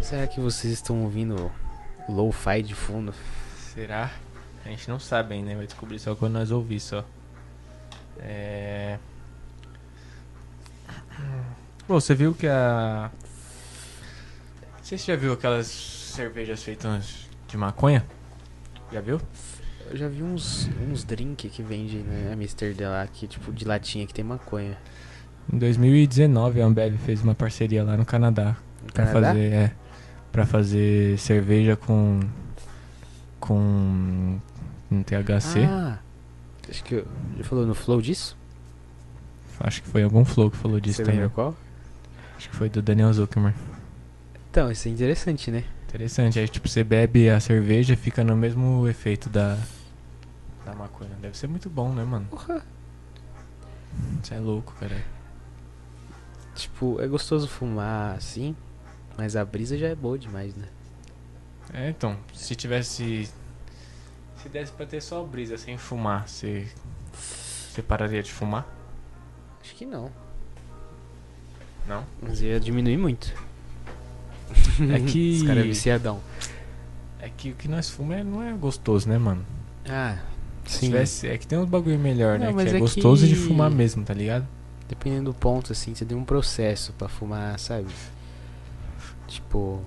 [SPEAKER 2] Será que vocês estão ouvindo low-fi de fundo?
[SPEAKER 1] Será? A gente não sabe ainda, né? vai descobrir só quando nós ouvir só. É. Pô, você viu que a. Não sei se você já viu aquelas cervejas feitas de maconha? Já viu?
[SPEAKER 2] Eu já vi uns, uns drink que vende na Amsterdã lá, que tipo de latinha que tem maconha.
[SPEAKER 1] Em 2019 a Ambev fez uma parceria lá no Canadá
[SPEAKER 2] No
[SPEAKER 1] Pra
[SPEAKER 2] Canadá?
[SPEAKER 1] fazer, é, pra fazer cerveja com com, com THC.
[SPEAKER 2] Ah, acho que eu- já falou no flow disso?
[SPEAKER 1] Acho que foi algum flow que falou disso
[SPEAKER 2] Você
[SPEAKER 1] também.
[SPEAKER 2] lembra qual?
[SPEAKER 1] Acho que foi do Daniel Zuckerman.
[SPEAKER 2] Então, isso é interessante, né?
[SPEAKER 1] Interessante, aí tipo, você bebe a cerveja fica no mesmo efeito da da maconha. Deve ser muito bom, né, mano?
[SPEAKER 2] Porra.
[SPEAKER 1] Você é louco, cara.
[SPEAKER 2] Tipo, é gostoso fumar assim, mas a brisa já é boa demais, né?
[SPEAKER 1] É, então, se tivesse se desse pra ter só brisa sem fumar, você você pararia de fumar?
[SPEAKER 2] Acho que não.
[SPEAKER 1] Não?
[SPEAKER 2] Mas ia diminuir muito.
[SPEAKER 1] É que-
[SPEAKER 2] Os caras é viciadão.
[SPEAKER 1] É que o que nós fumamos não é gostoso, né, mano?
[SPEAKER 2] Ah,
[SPEAKER 1] Se
[SPEAKER 2] sim.
[SPEAKER 1] tivesse, é que tem uns bagulho melhor,
[SPEAKER 2] Não,
[SPEAKER 1] né?
[SPEAKER 2] mas
[SPEAKER 1] que é,
[SPEAKER 2] é
[SPEAKER 1] gostoso de
[SPEAKER 2] que-
[SPEAKER 1] fumar mesmo, tá ligado?
[SPEAKER 2] Dependendo do ponto, assim, você tem um processo pra fumar, sabe? Tipo.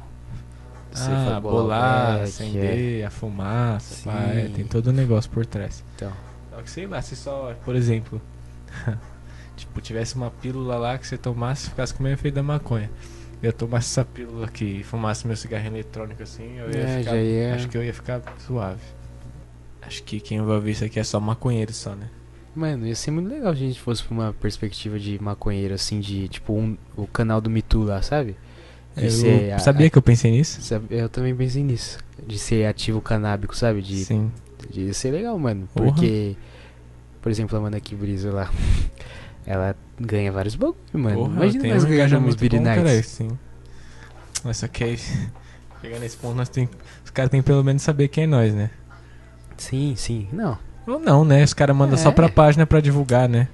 [SPEAKER 2] você
[SPEAKER 1] ah,
[SPEAKER 2] faz
[SPEAKER 1] bolar,
[SPEAKER 2] é, que é.
[SPEAKER 1] acender, a fumaça, pá,
[SPEAKER 2] Sim.
[SPEAKER 1] é, tem todo o negócio por trás.
[SPEAKER 2] Então,
[SPEAKER 1] Só que sei lá, se só, por exemplo, tipo, tivesse uma pílula lá que você tomasse e ficasse com o mesmo efeito da maconha. Eu tomasse essa pílula aqui e fumasse meu cigarro eletrônico assim, eu ia
[SPEAKER 2] É,
[SPEAKER 1] ficar.
[SPEAKER 2] já ia-
[SPEAKER 1] Acho que eu ia ficar suave. Acho que quem vai ouvir isso aqui é só maconheiro só, né?
[SPEAKER 2] mano, ia ser muito legal se a gente fosse pra uma perspectiva de maconheiro, assim, de tipo um, o canal do Mitu lá, sabe? De
[SPEAKER 1] É, Eu
[SPEAKER 2] ser é a-
[SPEAKER 1] sabia que eu pensei nisso?
[SPEAKER 2] Sabe, Eu também pensei nisso. De ser ativo canábico, sabe? De,
[SPEAKER 1] Sim.
[SPEAKER 2] de ser legal, mano.
[SPEAKER 1] Porra.
[SPEAKER 2] Porque, por exemplo, a Mana que brisa lá, ela ganha vários bagulho, mano.
[SPEAKER 1] Porra,
[SPEAKER 2] Imagina
[SPEAKER 1] tem
[SPEAKER 2] nós
[SPEAKER 1] um
[SPEAKER 2] ganhando uns
[SPEAKER 1] engajamento
[SPEAKER 2] Beer
[SPEAKER 1] bom, cara,
[SPEAKER 2] Nights.
[SPEAKER 1] sim. Mas só que aí, chegando nesse ponto, nós tem, os caras têm que pelo menos saber quem é nós, né?
[SPEAKER 2] Sim, sim. Não.
[SPEAKER 1] Ou não, né? Os caras mandam só
[SPEAKER 2] É.
[SPEAKER 1] pra página pra divulgar, né?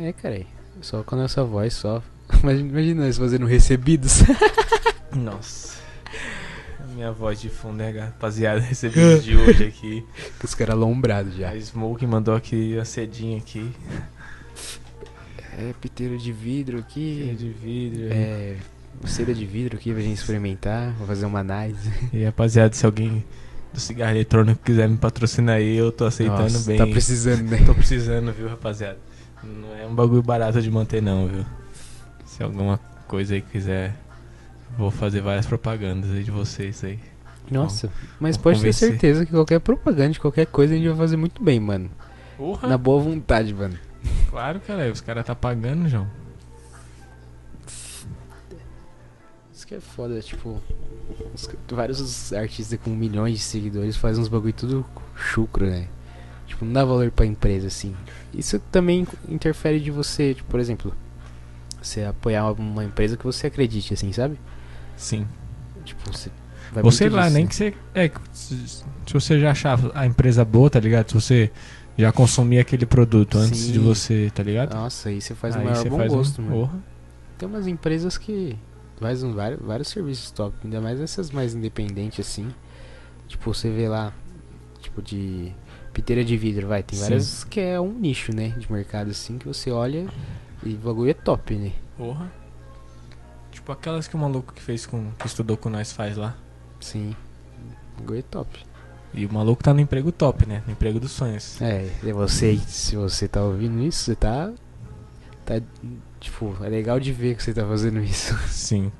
[SPEAKER 2] É, cara. Só com a nossa voz, só. Imagina, imagina nós fazendo recebidos.
[SPEAKER 1] Nossa. A minha voz de fundo, né, rapaziada? Recebemos de hoje aqui.
[SPEAKER 2] Os caras alombrados já.
[SPEAKER 1] A Smoke mandou aqui a cedinha aqui.
[SPEAKER 2] É, piteiro de vidro
[SPEAKER 1] Cera
[SPEAKER 2] aqui.
[SPEAKER 1] de vidro.
[SPEAKER 2] É, seda de vidro aqui pra gente experimentar. Vou fazer uma análise.
[SPEAKER 1] E rapaziada, se alguém do cigarro eletrônico quiser me patrocinar aí, eu tô aceitando
[SPEAKER 2] Nossa,
[SPEAKER 1] bem.
[SPEAKER 2] Tá precisando, né?
[SPEAKER 1] Tô precisando, viu, rapaziada? Não é um bagulho barato de manter, não, viu? Se alguma coisa aí que quiser, vou fazer várias propagandas aí de vocês aí.
[SPEAKER 2] Nossa,
[SPEAKER 1] vamos
[SPEAKER 2] mas pode ter
[SPEAKER 1] convencer.
[SPEAKER 2] certeza que qualquer propaganda de qualquer coisa a gente vai fazer muito bem, mano.
[SPEAKER 1] Porra!
[SPEAKER 2] Na boa vontade, mano.
[SPEAKER 1] Claro, cara, os caras tá pagando, João.
[SPEAKER 2] Isso que é foda, tipo. os ca- vários artistas com milhões de seguidores fazem uns bagulho tudo chucro, né? Tipo, não dá valor pra empresa, assim. Isso também interfere de você, tipo, por exemplo, você apoiar uma empresa que você acredite, assim, sabe?
[SPEAKER 1] Sim.
[SPEAKER 2] Tipo, você vai
[SPEAKER 1] Ou sei
[SPEAKER 2] muito
[SPEAKER 1] lá,
[SPEAKER 2] disso,
[SPEAKER 1] nem
[SPEAKER 2] né?
[SPEAKER 1] que você. É, que se, se você já achava a empresa boa, tá ligado? Se você já consumia aquele produto antes
[SPEAKER 2] Sim.
[SPEAKER 1] de você, tá ligado?
[SPEAKER 2] Nossa, aí você faz o
[SPEAKER 1] Aí
[SPEAKER 2] maior
[SPEAKER 1] você
[SPEAKER 2] bom
[SPEAKER 1] faz um-
[SPEAKER 2] gosto, mano.
[SPEAKER 1] Porra.
[SPEAKER 2] Tem umas empresas que fazem vários, vários serviços top, ainda mais essas mais independentes assim. Tipo, você vê lá, tipo de piteira de vidro, vai, tem
[SPEAKER 1] Sim.
[SPEAKER 2] várias que é um nicho, né, de mercado assim que você olha e o bagulho é top, né?
[SPEAKER 1] Porra. Tipo aquelas que o maluco que fez com. que estudou com nós faz lá.
[SPEAKER 2] Sim. O bagulho é top.
[SPEAKER 1] E o maluco tá no emprego top, né? No emprego dos sonhos.
[SPEAKER 2] É, e você, se você tá ouvindo isso, você tá tá tipo, é legal de ver que você tá fazendo isso.
[SPEAKER 1] Sim.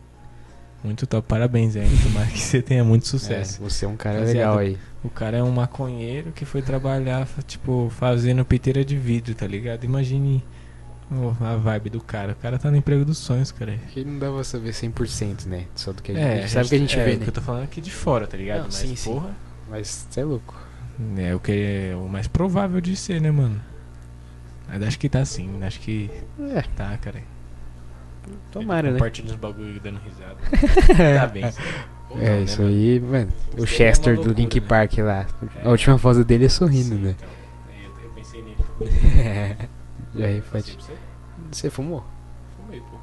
[SPEAKER 1] Muito top, parabéns, hein? Tomara que você tenha muito sucesso.
[SPEAKER 2] É, você é um cara
[SPEAKER 1] Rapaziada,
[SPEAKER 2] legal aí.
[SPEAKER 1] O cara é um maconheiro que foi trabalhar, fa- tipo, fazendo piteira de vidro, tá ligado? Imagine o- a vibe do cara. O cara tá no emprego dos sonhos, cara.
[SPEAKER 2] Que não dá pra saber 100%, né? Só do que a gente, a gente sabe o que a gente
[SPEAKER 1] é,
[SPEAKER 2] vê,
[SPEAKER 1] O
[SPEAKER 2] né?
[SPEAKER 1] que eu tô falando aqui de fora, tá ligado?
[SPEAKER 2] Não,
[SPEAKER 1] Mas,
[SPEAKER 2] sim, sim.
[SPEAKER 1] porra,
[SPEAKER 2] Mas você é louco.
[SPEAKER 1] é o que é o mais provável de ser, né, mano? Mas acho que tá sim, acho que
[SPEAKER 2] É,
[SPEAKER 1] tá, cara.
[SPEAKER 2] tomara, né?
[SPEAKER 1] Compartilha os bagulho dando risada. tá bem. Ou não,
[SPEAKER 2] É,
[SPEAKER 1] né,
[SPEAKER 2] isso
[SPEAKER 1] mano?
[SPEAKER 2] aí, mano.
[SPEAKER 1] Isso aí é
[SPEAKER 2] O
[SPEAKER 1] uma
[SPEAKER 2] Chester
[SPEAKER 1] loucura,
[SPEAKER 2] do Link
[SPEAKER 1] né?
[SPEAKER 2] Park lá.
[SPEAKER 1] É.
[SPEAKER 2] A última foto dele é sorrindo,
[SPEAKER 1] Sim,
[SPEAKER 2] né?
[SPEAKER 1] então. É, eu- eu pensei nele.
[SPEAKER 2] Já
[SPEAKER 1] Passei
[SPEAKER 2] reflete.
[SPEAKER 1] pra você?
[SPEAKER 2] Você fumou?
[SPEAKER 1] Fumei, pô.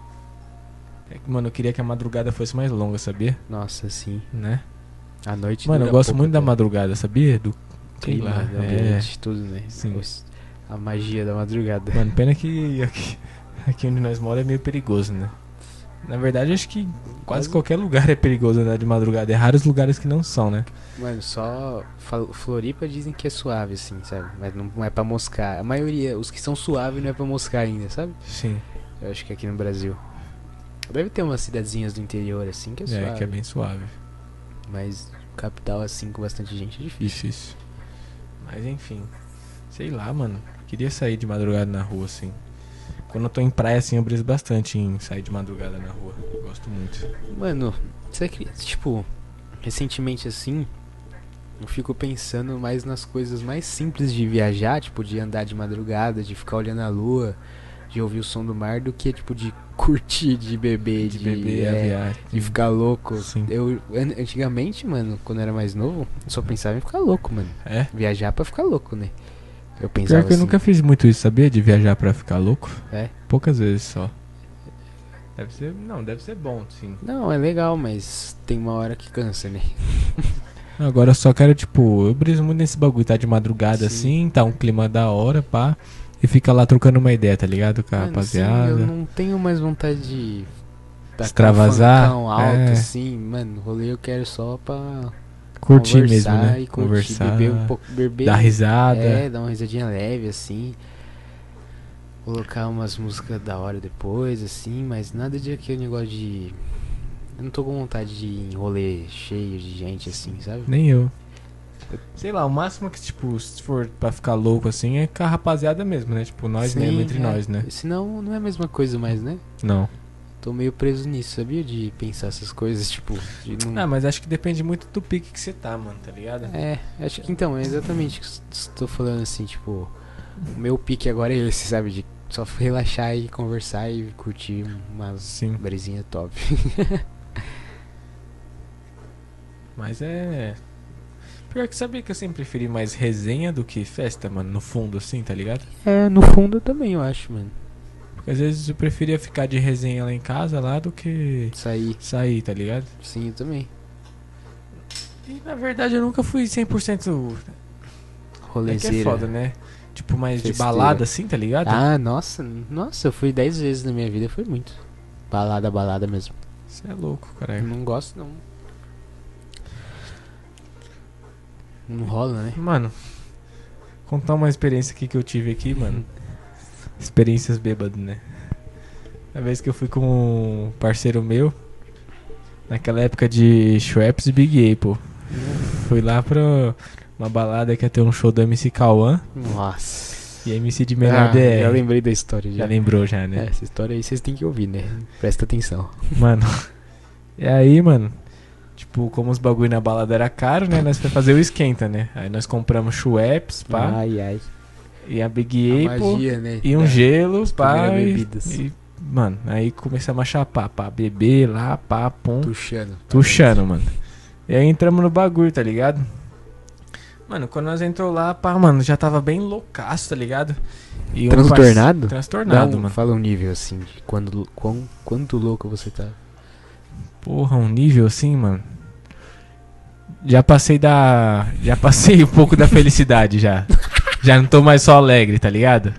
[SPEAKER 1] É que, mano, eu queria que a madrugada fosse mais longa, sabia?
[SPEAKER 2] Nossa, sim.
[SPEAKER 1] Né?
[SPEAKER 2] A noite
[SPEAKER 1] Mano, eu
[SPEAKER 2] dura
[SPEAKER 1] gosto
[SPEAKER 2] pouco
[SPEAKER 1] muito da
[SPEAKER 2] até.
[SPEAKER 1] madrugada, sabia? Do sei
[SPEAKER 2] Clima,
[SPEAKER 1] lá,
[SPEAKER 2] do
[SPEAKER 1] é.
[SPEAKER 2] ambiente, tudo, né?
[SPEAKER 1] Sim.
[SPEAKER 2] Os- A magia da madrugada.
[SPEAKER 1] Mano, pena que aqui, aqui onde nós moramos é meio perigoso, né? Na verdade, acho que quase
[SPEAKER 2] Quase.
[SPEAKER 1] qualquer lugar é perigoso andar de madrugada. É raros lugares que não são, né?
[SPEAKER 2] Mano, só fal- Floripa dizem que é suave, assim, sabe? Mas não não é pra moscar. A maioria, os que são suaves não é pra moscar ainda, sabe?
[SPEAKER 1] Sim.
[SPEAKER 2] Eu acho que aqui no Brasil. Deve ter umas cidadezinhas do interior, assim, que é
[SPEAKER 1] É,
[SPEAKER 2] suave.
[SPEAKER 1] que é bem suave.
[SPEAKER 2] Mas capital, assim, com bastante gente, é difícil.
[SPEAKER 1] Difícil. Mas enfim. Sei lá, mano. Queria sair de madrugada na rua, assim. Quando eu tô em praia, assim, eu briso bastante em sair de madrugada na rua. Gosto muito.
[SPEAKER 2] Mano, você acredita, tipo, recentemente assim, eu fico pensando mais nas coisas mais simples de viajar, tipo, de andar de madrugada, de ficar olhando a lua, de ouvir o som do mar, do que, tipo, de curtir, de beber,
[SPEAKER 1] De beber,
[SPEAKER 2] é,
[SPEAKER 1] aviar.
[SPEAKER 2] de ficar louco.
[SPEAKER 1] Sim.
[SPEAKER 2] Eu, an- antigamente, mano, quando eu era mais novo, eu só pensava em ficar louco, mano.
[SPEAKER 1] É?
[SPEAKER 2] Viajar pra ficar louco, né? Eu pensava
[SPEAKER 1] Pior que eu
[SPEAKER 2] assim,
[SPEAKER 1] nunca fiz muito isso, sabia? De viajar pra ficar louco.
[SPEAKER 2] É?
[SPEAKER 1] Poucas vezes só. Deve ser. Não, deve ser bom, sim.
[SPEAKER 2] Não, é legal, mas tem uma hora que cansa, né?
[SPEAKER 1] Agora eu só quero, tipo, eu briso muito nesse bagulho, tá de madrugada
[SPEAKER 2] Sim.
[SPEAKER 1] assim, tá um clima da hora, pá. E fica lá trocando uma ideia, tá ligado? Com a
[SPEAKER 2] Mano, sim, eu
[SPEAKER 1] rapaziada.
[SPEAKER 2] não tenho mais vontade de tacar um
[SPEAKER 1] Extravasar,
[SPEAKER 2] funkão alto,
[SPEAKER 1] é.
[SPEAKER 2] assim, mano. Rolê eu quero só pra
[SPEAKER 1] Curtir mesmo,
[SPEAKER 2] conversar
[SPEAKER 1] né?
[SPEAKER 2] e curtir, beber um pouco, beber,
[SPEAKER 1] dar risada.
[SPEAKER 2] é, dar uma risadinha leve, assim. Colocar umas músicas da hora depois, assim, mas nada de aquele negócio de. Eu não tô com vontade de ir em rolê cheio de gente, assim, sabe?
[SPEAKER 1] Nem eu. Sei lá, o máximo que, tipo, se for pra ficar louco assim, é com a rapaziada mesmo, né? Tipo, nós
[SPEAKER 2] Sim,
[SPEAKER 1] mesmo, entre
[SPEAKER 2] é.
[SPEAKER 1] nós, né?
[SPEAKER 2] Senão não é a mesma coisa mais, né?
[SPEAKER 1] Não.
[SPEAKER 2] Tô meio preso nisso, sabia? De pensar essas coisas, tipo, de não.
[SPEAKER 1] Ah, mas acho que depende muito do pique que você tá, mano, tá ligado?
[SPEAKER 2] É, acho que então, é exatamente o que estou falando assim, tipo, o meu pique agora é esse, sabe? De só relaxar e conversar e curtir uma
[SPEAKER 1] Sim.
[SPEAKER 2] brisinha top.
[SPEAKER 1] Mas é. Pior que sabia que eu sempre preferi mais resenha do que festa, mano, no fundo, assim, tá ligado?
[SPEAKER 2] É, no fundo eu também, eu acho, mano.
[SPEAKER 1] Porque às vezes eu preferia ficar de resenha lá em casa lá do que
[SPEAKER 2] Isso aí,
[SPEAKER 1] sair, tá ligado?
[SPEAKER 2] sim, eu também.
[SPEAKER 1] E na verdade eu nunca fui 100% é que
[SPEAKER 2] Rolezeira.
[SPEAKER 1] é foda, né? Tipo, mais de
[SPEAKER 2] Festeira.
[SPEAKER 1] balada assim, tá ligado?
[SPEAKER 2] Ah, nossa, nossa, eu fui 10 vezes na minha vida, foi muito. Balada, balada mesmo.
[SPEAKER 1] Você é louco,
[SPEAKER 2] Eu
[SPEAKER 1] caralho.
[SPEAKER 2] não gosto, não. Não rola, né?
[SPEAKER 1] Mano, contar uma experiência aqui que eu tive aqui, mano. Experiências bêbado, né? A vez que eu fui com um parceiro meu, naquela época de Schweppes e Big Apple. Fui lá pra uma balada que ia ter um show do MC Cauã
[SPEAKER 2] Nossa.
[SPEAKER 1] e MC de menor
[SPEAKER 2] Ah,
[SPEAKER 1] DR.
[SPEAKER 2] Já lembrei da história. Já.
[SPEAKER 1] Já lembrou já,
[SPEAKER 2] É,
[SPEAKER 1] né?
[SPEAKER 2] essa história aí vocês têm que ouvir, né? Presta atenção.
[SPEAKER 1] Mano. E aí, mano, tipo, como os bagulho na balada era caro, né? Nós foi fazer o esquenta, né? Aí nós compramos Schweppes, pá,
[SPEAKER 2] Ai, ai.
[SPEAKER 1] e a Big
[SPEAKER 2] Ah, A
[SPEAKER 1] Apple.
[SPEAKER 2] magia, né?
[SPEAKER 1] E um
[SPEAKER 2] Da-
[SPEAKER 1] gelo, pá.
[SPEAKER 2] primeiras
[SPEAKER 1] e-
[SPEAKER 2] bebidas.
[SPEAKER 1] e, mano, aí começamos a chapar, pá, beber lá, pá, pum,
[SPEAKER 2] Puxando.
[SPEAKER 1] tuxando, mano. E aí entramos no bagulho, tá ligado? Mano, quando nós entrou lá, pá, mano, já tava bem loucaço, tá ligado? E um parce-
[SPEAKER 2] Transtornado?
[SPEAKER 1] Transtornado,
[SPEAKER 2] Dá um-
[SPEAKER 1] mano.
[SPEAKER 2] Fala um nível assim, de quando, quão, quanto louco você tá.
[SPEAKER 1] Porra, um nível assim, mano. Já passei da. Já passei um pouco da felicidade já. Já não tô mais só alegre, tá ligado?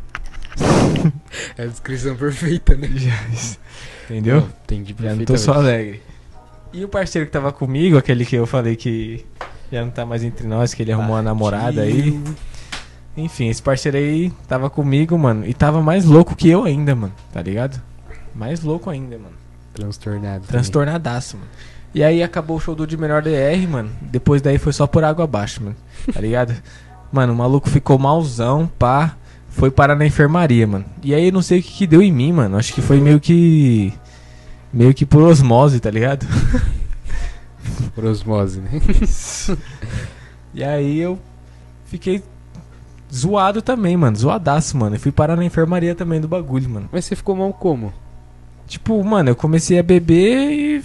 [SPEAKER 3] É a descrição perfeita, né?
[SPEAKER 1] Já- Entendeu?
[SPEAKER 2] Não, Entendi
[SPEAKER 1] Já não tô só né?
[SPEAKER 2] perfeitamente.
[SPEAKER 1] alegre. E o parceiro que tava comigo, aquele que eu falei que já não tá mais entre nós, que ele
[SPEAKER 2] Ah,
[SPEAKER 1] arrumou uma namorada aí. Enfim, esse parceiro aí tava comigo, mano, e tava mais louco que eu ainda, mano, tá ligado? Mais louco ainda, mano.
[SPEAKER 2] Transtornado. Transtornado.
[SPEAKER 1] Transtornadaço, mano. E aí acabou o show do de melhor DR, mano. Depois daí foi só por água abaixo, mano. Tá ligado? mano, o maluco ficou malzão, pá. Foi parar na enfermaria, mano. E aí eu não sei o que, que deu em mim, mano. Acho que foi meio que. Meio que por osmose, tá ligado?
[SPEAKER 2] Por osmose, né?
[SPEAKER 1] E aí eu fiquei zoado também, mano. Zoadaço, mano. Eu fui parar na enfermaria também do bagulho, mano.
[SPEAKER 2] Mas você ficou mal como?
[SPEAKER 1] Tipo, mano, eu comecei a beber e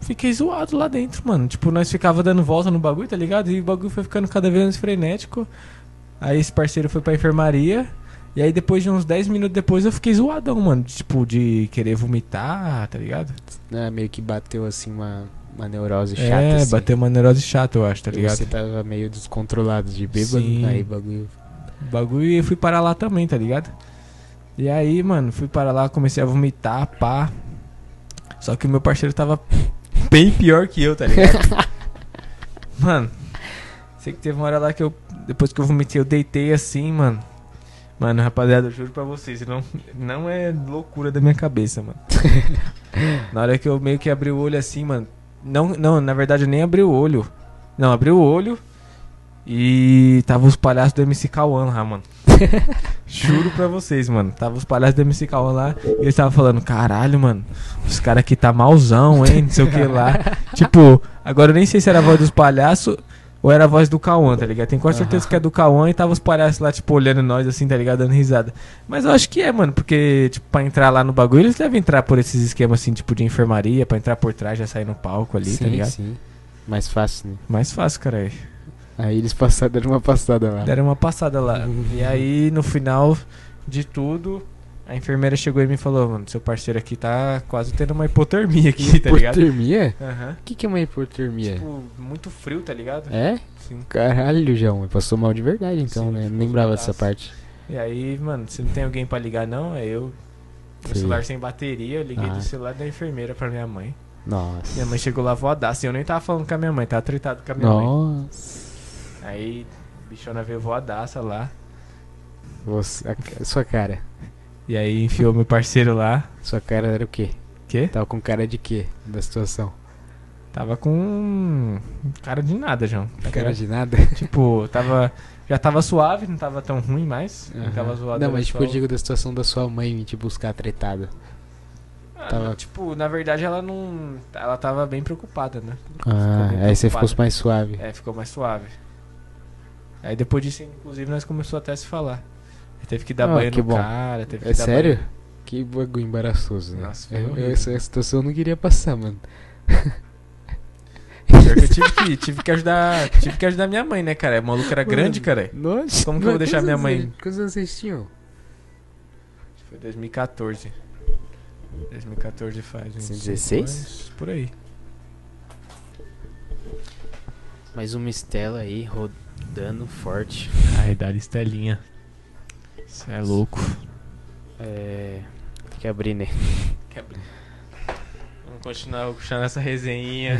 [SPEAKER 1] fiquei zoado lá dentro, mano. Tipo, nós ficava dando volta no bagulho, tá ligado? E o bagulho foi ficando cada vez mais frenético. Aí esse parceiro foi pra enfermaria. E aí depois de uns 10 minutos depois eu fiquei zoadão, mano. Tipo, de querer vomitar, tá ligado?
[SPEAKER 2] Ah, meio que bateu assim uma, uma neurose chata.
[SPEAKER 1] é,
[SPEAKER 2] assim.
[SPEAKER 1] bateu uma neurose chata, eu acho, tá
[SPEAKER 2] E
[SPEAKER 1] ligado?
[SPEAKER 2] Você tava meio descontrolado de bêbado,
[SPEAKER 1] Sim.
[SPEAKER 2] aí bagulho.
[SPEAKER 1] O bagulho e fui parar lá também, tá ligado? E aí, mano, fui parar lá, comecei a vomitar, pá. Só que o meu parceiro tava bem pior que eu, tá ligado? mano, sei que teve uma hora lá que eu, depois que eu vomitei, eu deitei assim, mano. Mano, rapaziada, eu juro pra vocês, não, não é loucura da minha cabeça, mano. Na hora que eu meio que abri o olho assim, mano. Não, não, na verdade eu nem abri o olho. Não, abri o olho e tava os palhaços do MC Cauã lá, mano. Juro pra vocês, mano. Tava os palhaços do MC Cauã lá e eles tava falando, caralho, mano, os caras aqui tá mauzão, hein? Não sei o que lá. tipo, agora eu nem sei se era a voz dos palhaços ou era a voz do Cauã, tá ligado? Tenho quase certeza que é do Cauã e tava os palhaços lá, tipo, olhando nós assim, tá ligado? Dando risada. Mas eu acho que é, mano, porque, tipo, pra entrar lá no bagulho, eles devem entrar por esses esquemas assim, tipo, de enfermaria, pra entrar por trás, já sair no palco ali, tá
[SPEAKER 2] sim,
[SPEAKER 1] ligado?
[SPEAKER 2] sim. Mais fácil, né?
[SPEAKER 1] Mais fácil, cara.
[SPEAKER 2] Aí eles passaram, deram uma passada lá.
[SPEAKER 1] Deram uma passada lá. E
[SPEAKER 2] Uhum.
[SPEAKER 1] aí, no final de tudo, a enfermeira chegou e me falou, mano, seu parceiro aqui tá quase tendo uma hipotermia aqui, tá ligado?
[SPEAKER 2] Hipotermia?
[SPEAKER 1] Aham.
[SPEAKER 2] O que, que é uma hipotermia?
[SPEAKER 1] Tipo, muito frio, tá ligado?
[SPEAKER 2] É?
[SPEAKER 1] Sim.
[SPEAKER 2] Caralho, João, passou mal de verdade então,
[SPEAKER 1] Sim, tipo, um
[SPEAKER 2] né? Não
[SPEAKER 1] ficou
[SPEAKER 2] lembrava
[SPEAKER 1] zoadaço.
[SPEAKER 2] dessa parte.
[SPEAKER 1] E aí, mano, se não tem alguém pra ligar, não, é eu. Meu
[SPEAKER 2] Sim.
[SPEAKER 1] celular sem bateria, eu liguei
[SPEAKER 2] Ah.
[SPEAKER 1] do celular da enfermeira pra minha mãe.
[SPEAKER 2] Nossa.
[SPEAKER 1] Minha mãe chegou lá voadaça. e Eu nem tava falando com a minha mãe, tava tretado com a minha mãe.
[SPEAKER 2] Nossa.
[SPEAKER 1] Aí, bichona veio voadaça lá.
[SPEAKER 2] Você, a ca- sua cara.
[SPEAKER 1] E aí enfiou meu parceiro lá.
[SPEAKER 2] Sua cara era o quê?
[SPEAKER 1] Que?
[SPEAKER 2] Tava com cara de quê? Da situação?
[SPEAKER 1] Tava com. um cara de nada, João. Tá
[SPEAKER 2] Cara
[SPEAKER 1] ligado?
[SPEAKER 2] de nada?
[SPEAKER 1] Tipo, tava. Já tava suave, não tava tão ruim mais. Não
[SPEAKER 2] Aham.
[SPEAKER 1] tava zoado.
[SPEAKER 2] Não,
[SPEAKER 1] era
[SPEAKER 2] mas
[SPEAKER 1] só
[SPEAKER 2] tipo, eu
[SPEAKER 1] o-
[SPEAKER 2] digo da situação da sua mãe me te buscar tretada.
[SPEAKER 1] Ah,
[SPEAKER 2] tava-
[SPEAKER 1] não, tipo, na verdade ela não. Ela tava bem preocupada, né?
[SPEAKER 2] Ah,
[SPEAKER 1] bem
[SPEAKER 2] aí você ficou
[SPEAKER 1] preocupada.
[SPEAKER 2] mais suave.
[SPEAKER 1] É, ficou mais suave. Aí depois disso, inclusive, nós começamos até a se falar. Teve que dar
[SPEAKER 2] Ah,
[SPEAKER 1] banho
[SPEAKER 2] que
[SPEAKER 1] no
[SPEAKER 2] bom.
[SPEAKER 1] cara, teve
[SPEAKER 2] É,
[SPEAKER 1] que dar
[SPEAKER 2] sério?
[SPEAKER 1] banho.
[SPEAKER 2] Que bagulho embaraçoso, né?
[SPEAKER 1] Nossa, foi
[SPEAKER 2] eu, eu-
[SPEAKER 1] horrível.
[SPEAKER 2] essa essa situação eu não queria passar, mano.
[SPEAKER 1] Pior que eu tive que, tive que ajudar. Tive que ajudar minha mãe, né, cara? O maluco era grande,
[SPEAKER 2] Mano.
[SPEAKER 1] cara.
[SPEAKER 2] Nossa,
[SPEAKER 1] Como que eu vou deixar minha mãe?
[SPEAKER 2] Quantos anos vocês tinham?
[SPEAKER 1] Foi 2014. 2014 faz uns
[SPEAKER 2] 16?
[SPEAKER 1] cinco anos, Por aí.
[SPEAKER 2] Mais uma estela aí, rodando forte.
[SPEAKER 1] A idade estelinha. Isso é louco.
[SPEAKER 2] É. Tem que abrir, né?
[SPEAKER 1] Quebra. Vamos continuar puxando essa resenhinha.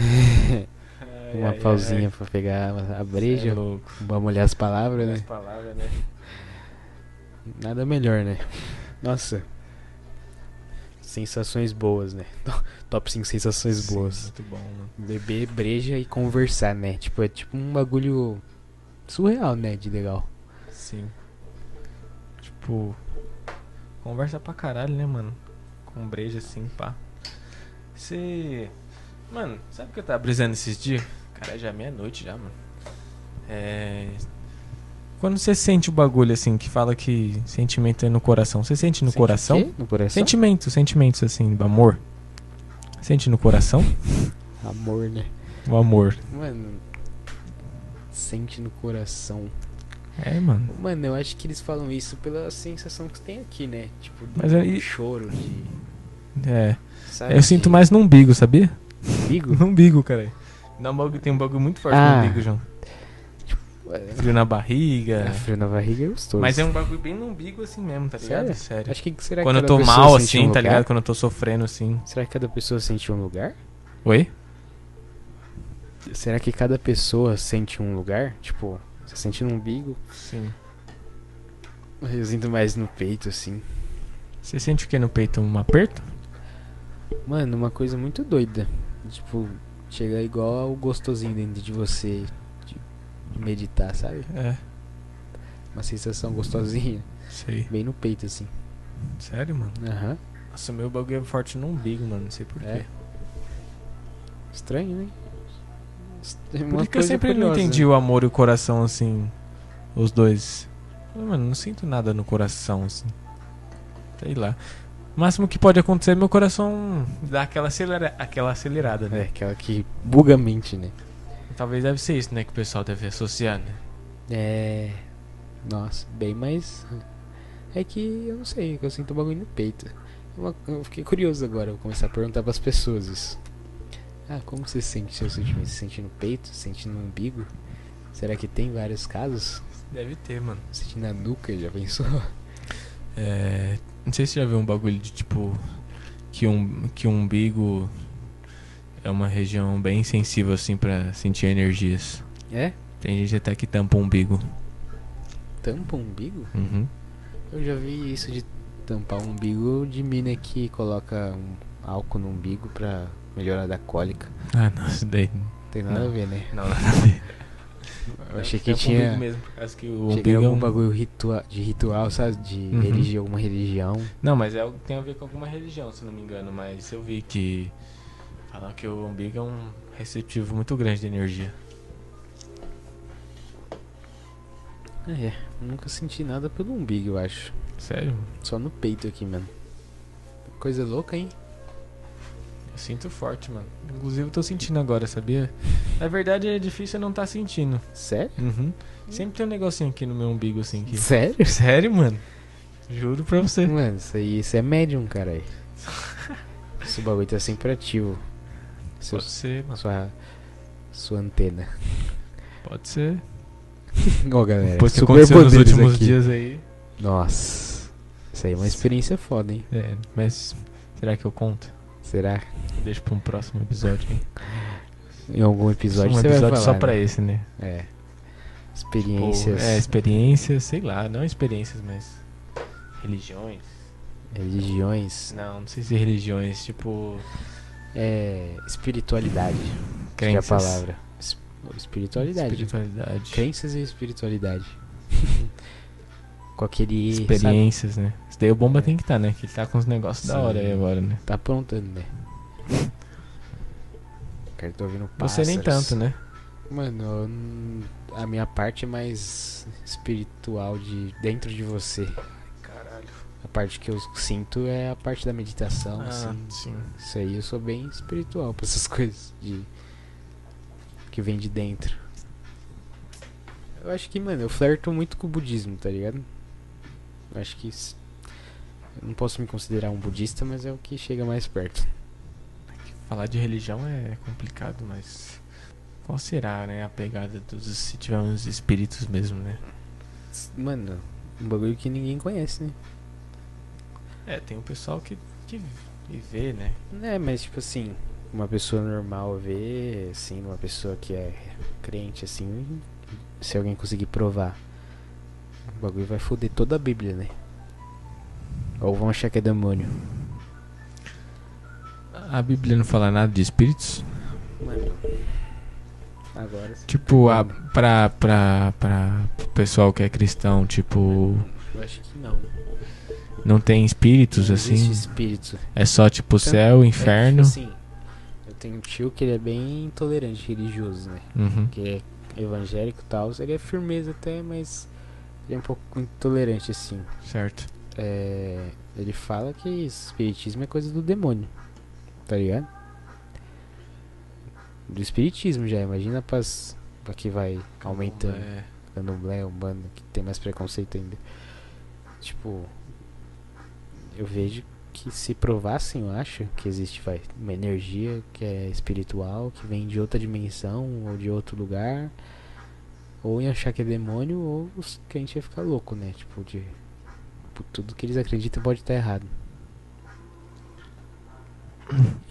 [SPEAKER 1] Ai,
[SPEAKER 2] Uma
[SPEAKER 1] ai, ai.
[SPEAKER 2] pausinha pra pegar a
[SPEAKER 1] Cê
[SPEAKER 2] breja.
[SPEAKER 1] É louco.
[SPEAKER 2] Vamos olhar as palavras,
[SPEAKER 1] As
[SPEAKER 2] né?
[SPEAKER 1] palavras, né?
[SPEAKER 2] Nada melhor, né? Nossa. Sensações boas, né? To- Top 5 sensações
[SPEAKER 1] Sim,
[SPEAKER 2] boas.
[SPEAKER 1] Muito bom, mano.
[SPEAKER 2] Beber breja e conversar, né? Tipo, é tipo um bagulho surreal, né? De legal.
[SPEAKER 1] Sim. Tipo. Conversa pra caralho, né, mano? Com breja assim, pá. Você. Mano, sabe o que eu tava brisando esses dias? Cara, já é meia-noite já, mano. É. Quando você sente o bagulho assim, que fala que sentimento é no coração, você sente no
[SPEAKER 2] Sente o
[SPEAKER 1] coração?
[SPEAKER 2] quê? No coração?
[SPEAKER 1] Sentimentos, sentimentos assim, do amor. Sente no coração?
[SPEAKER 2] Amor, né?
[SPEAKER 1] o amor.
[SPEAKER 2] Mano. Sente no coração.
[SPEAKER 1] É, mano.
[SPEAKER 2] Mano, eu acho que eles falam isso pela sensação que tem aqui, né? Tipo, do
[SPEAKER 1] Mas aí-
[SPEAKER 2] choro, de.
[SPEAKER 1] É.
[SPEAKER 2] Sabe,
[SPEAKER 1] Eu sinto
[SPEAKER 2] de
[SPEAKER 1] mais no umbigo, sabia?
[SPEAKER 2] umbigo.
[SPEAKER 1] No umbigo, cara. Dá um bagulho, tem um bagulho muito forte
[SPEAKER 2] Ah.
[SPEAKER 1] no umbigo, João.
[SPEAKER 2] É,
[SPEAKER 1] Frio na barriga.
[SPEAKER 2] é frio na barriga é gostoso.
[SPEAKER 1] Mas é um bagulho bem no umbigo assim mesmo, tá ligado?
[SPEAKER 2] Sério?
[SPEAKER 1] Sério. é
[SPEAKER 2] Acho que será
[SPEAKER 1] Quando
[SPEAKER 2] que
[SPEAKER 1] eu
[SPEAKER 2] cada
[SPEAKER 1] tô
[SPEAKER 2] pessoa
[SPEAKER 1] mal
[SPEAKER 2] sente um
[SPEAKER 1] assim, tá
[SPEAKER 2] lugar?
[SPEAKER 1] ligado? Quando eu tô sofrendo assim.
[SPEAKER 2] Será que cada pessoa sente um lugar?
[SPEAKER 1] Oi?
[SPEAKER 2] Será que cada pessoa sente um lugar? Tipo, você sente no umbigo?
[SPEAKER 1] Sim.
[SPEAKER 2] Eu sinto mais no peito, assim.
[SPEAKER 1] Você sente o que no peito? Um aperto?
[SPEAKER 2] Mano, uma coisa muito doida. Tipo, chega igual o gostosinho dentro de você de de meditar, sabe?
[SPEAKER 1] É.
[SPEAKER 2] Uma sensação gostosinha.
[SPEAKER 1] Sei.
[SPEAKER 2] Bem no peito, assim.
[SPEAKER 1] Sério, mano?
[SPEAKER 2] Aham.
[SPEAKER 1] Nossa, o meu bagulho é forte no umbigo, mano. Não sei porquê.
[SPEAKER 2] É. Estranho, né? Est-
[SPEAKER 1] Por
[SPEAKER 2] uma
[SPEAKER 1] isso que eu
[SPEAKER 2] coisa
[SPEAKER 1] sempre não
[SPEAKER 2] curiosa.
[SPEAKER 1] entendi o amor e o coração, assim, os dois. Eu, Mano, não sinto nada no coração, assim. Sei lá. O máximo que pode acontecer é meu coração dar aquela, acelera aquela acelerada,
[SPEAKER 2] É,
[SPEAKER 1] né?
[SPEAKER 2] aquela que buga a mente, né?
[SPEAKER 1] Talvez deve ser isso, né, que o pessoal deve associar, né?
[SPEAKER 2] É. Nossa, bem mais. É que eu não sei, é que eu sinto um bagulho no peito. Uma- Eu fiquei curioso agora, vou começar a perguntar pras pessoas isso. Ah, como você sente seu sentimento? Você sente no peito? Sente no umbigo? Será que tem vários casos?
[SPEAKER 1] Deve ter, mano.
[SPEAKER 2] Sente na nuca, já pensou?
[SPEAKER 1] É, não sei se você já viu um bagulho de tipo que um que o umbigo é uma região bem sensível assim pra sentir energias.
[SPEAKER 2] É?
[SPEAKER 1] Tem gente até que tampa o umbigo.
[SPEAKER 2] Tampa o umbigo?
[SPEAKER 1] Uhum.
[SPEAKER 2] Eu já vi isso de tampar o umbigo de mina que coloca um álcool no umbigo pra melhorar da cólica.
[SPEAKER 1] Ah, não, isso daí.
[SPEAKER 2] Tem nada
[SPEAKER 1] Não.
[SPEAKER 2] a ver, né?
[SPEAKER 1] Não, nada a ver.
[SPEAKER 2] Eu achei que é
[SPEAKER 1] Tampa o umbigo
[SPEAKER 2] tinha.
[SPEAKER 1] é mesmo, por causa que o
[SPEAKER 2] Chega
[SPEAKER 1] umbigo é
[SPEAKER 2] algum
[SPEAKER 1] um-
[SPEAKER 2] bagulho ritua de ritual, sabe? De
[SPEAKER 1] Uhum.
[SPEAKER 2] religião, alguma religião.
[SPEAKER 1] Não, mas é, algo que tem a ver com alguma religião, se não me engano, mas eu vi que falam que o umbigo é um receptivo muito grande de energia.
[SPEAKER 2] É, nunca senti nada pelo umbigo, eu acho.
[SPEAKER 1] Sério?
[SPEAKER 2] Só no peito aqui, mano. Coisa louca, hein?
[SPEAKER 1] Eu sinto forte, mano. Inclusive eu tô sentindo agora, sabia? Na verdade é difícil eu não tá sentindo.
[SPEAKER 2] Sério?
[SPEAKER 1] Uhum. Sempre tem um negocinho aqui no meu umbigo, assim. Que...
[SPEAKER 2] Sério?
[SPEAKER 1] Sério, mano? Juro pra você.
[SPEAKER 2] Mano, isso aí isso é médium, caralho. Esse bagulho tá sempre ativo. Seu,
[SPEAKER 1] Pode ser, mano.
[SPEAKER 2] sua, sua antena.
[SPEAKER 1] Pode ser.
[SPEAKER 2] Ó, galera.
[SPEAKER 1] Depois que
[SPEAKER 2] É, superpoderes
[SPEAKER 1] aconteceu nos últimos
[SPEAKER 2] aqui.
[SPEAKER 1] dias aí.
[SPEAKER 2] Nossa. Isso aí é uma experiência foda, hein?
[SPEAKER 1] É, mas será que eu conto?
[SPEAKER 2] Será?
[SPEAKER 1] Deixa pra um próximo episódio. hein?
[SPEAKER 2] Em algum episódio
[SPEAKER 1] um
[SPEAKER 2] você
[SPEAKER 1] episódio
[SPEAKER 2] vai falar,
[SPEAKER 1] só
[SPEAKER 2] né?
[SPEAKER 1] pra esse, né?
[SPEAKER 2] É.
[SPEAKER 1] Tipo,
[SPEAKER 2] Experiências.
[SPEAKER 1] é, experiências, sei lá. Não experiências, mas. Religiões?
[SPEAKER 2] religiões.
[SPEAKER 1] Não, não sei se religiões. Tipo.
[SPEAKER 2] É. Espiritualidade. Acho que é a
[SPEAKER 1] Crenças.
[SPEAKER 2] palavra. Es- Espiritualidade.
[SPEAKER 1] Espiritualidade.
[SPEAKER 2] Crenças e espiritualidade. Com aquele. sabe,
[SPEAKER 1] Experiências, né? Isso daí o Bomba tem que tá, né? Que ele tá com uns negócios da
[SPEAKER 2] Sim.
[SPEAKER 1] hora aí agora, né?
[SPEAKER 2] Tá aprontando, né? Cara, tô ouvindo
[SPEAKER 1] Você nem
[SPEAKER 2] pássaros.
[SPEAKER 1] tanto, né?
[SPEAKER 2] Mano, eu n- a minha parte é mais espiritual de dentro de você.
[SPEAKER 1] Caralho.
[SPEAKER 2] A parte que eu sinto é a parte da meditação,
[SPEAKER 1] Ah,
[SPEAKER 2] assim.
[SPEAKER 1] sim.
[SPEAKER 2] Isso aí eu sou bem espiritual pra essas coisas de que vem de dentro. Eu acho que, mano, eu flerto muito com o budismo, tá ligado? Eu acho que s- eu não posso me considerar um budista, mas é o que chega mais perto.
[SPEAKER 1] Falar de religião é complicado, mas qual será, né, a pegada dos se tivermos espíritos mesmo, né?
[SPEAKER 2] S- Mano, um bagulho que ninguém conhece, né?
[SPEAKER 1] É, tem um pessoal que que, que vê, né?
[SPEAKER 2] É, mas tipo assim, uma pessoa normal vê, assim, uma pessoa que é crente, assim, se alguém conseguir provar, o bagulho vai foder toda a Bíblia, né? Ou vão achar que é demônio.
[SPEAKER 1] A Bíblia não fala nada de espíritos?
[SPEAKER 2] Mano. Agora sim.
[SPEAKER 1] Tipo, a, pra, pra, pra pro pessoal que é cristão, tipo,
[SPEAKER 2] Eu acho que não.
[SPEAKER 1] não tem espíritos
[SPEAKER 2] Não
[SPEAKER 1] assim?
[SPEAKER 2] Existe espírito.
[SPEAKER 1] É só tipo céu, inferno?
[SPEAKER 2] É, tipo assim, eu tenho um tio que ele é bem intolerante religioso, né?
[SPEAKER 1] Uhum.
[SPEAKER 2] Que é evangélico e tal. Ele é firmeza até, mas ele é um pouco intolerante, assim.
[SPEAKER 1] Certo.
[SPEAKER 2] É, ele fala que espiritismo é coisa do demônio, tá ligado? Do espiritismo já, imagina pras, pra que vai aumentando.
[SPEAKER 1] É,
[SPEAKER 2] Candomblé, Umbanda, que tem mais preconceito ainda. Tipo, eu vejo que se provassem, eu acho, que existe vai, uma energia que é espiritual, que vem de outra dimensão ou de outro lugar, ou em achar que é demônio, ou os crentes iam ficar louco, né? Tipo, de. tipo, Tudo que eles acreditam pode estar errado.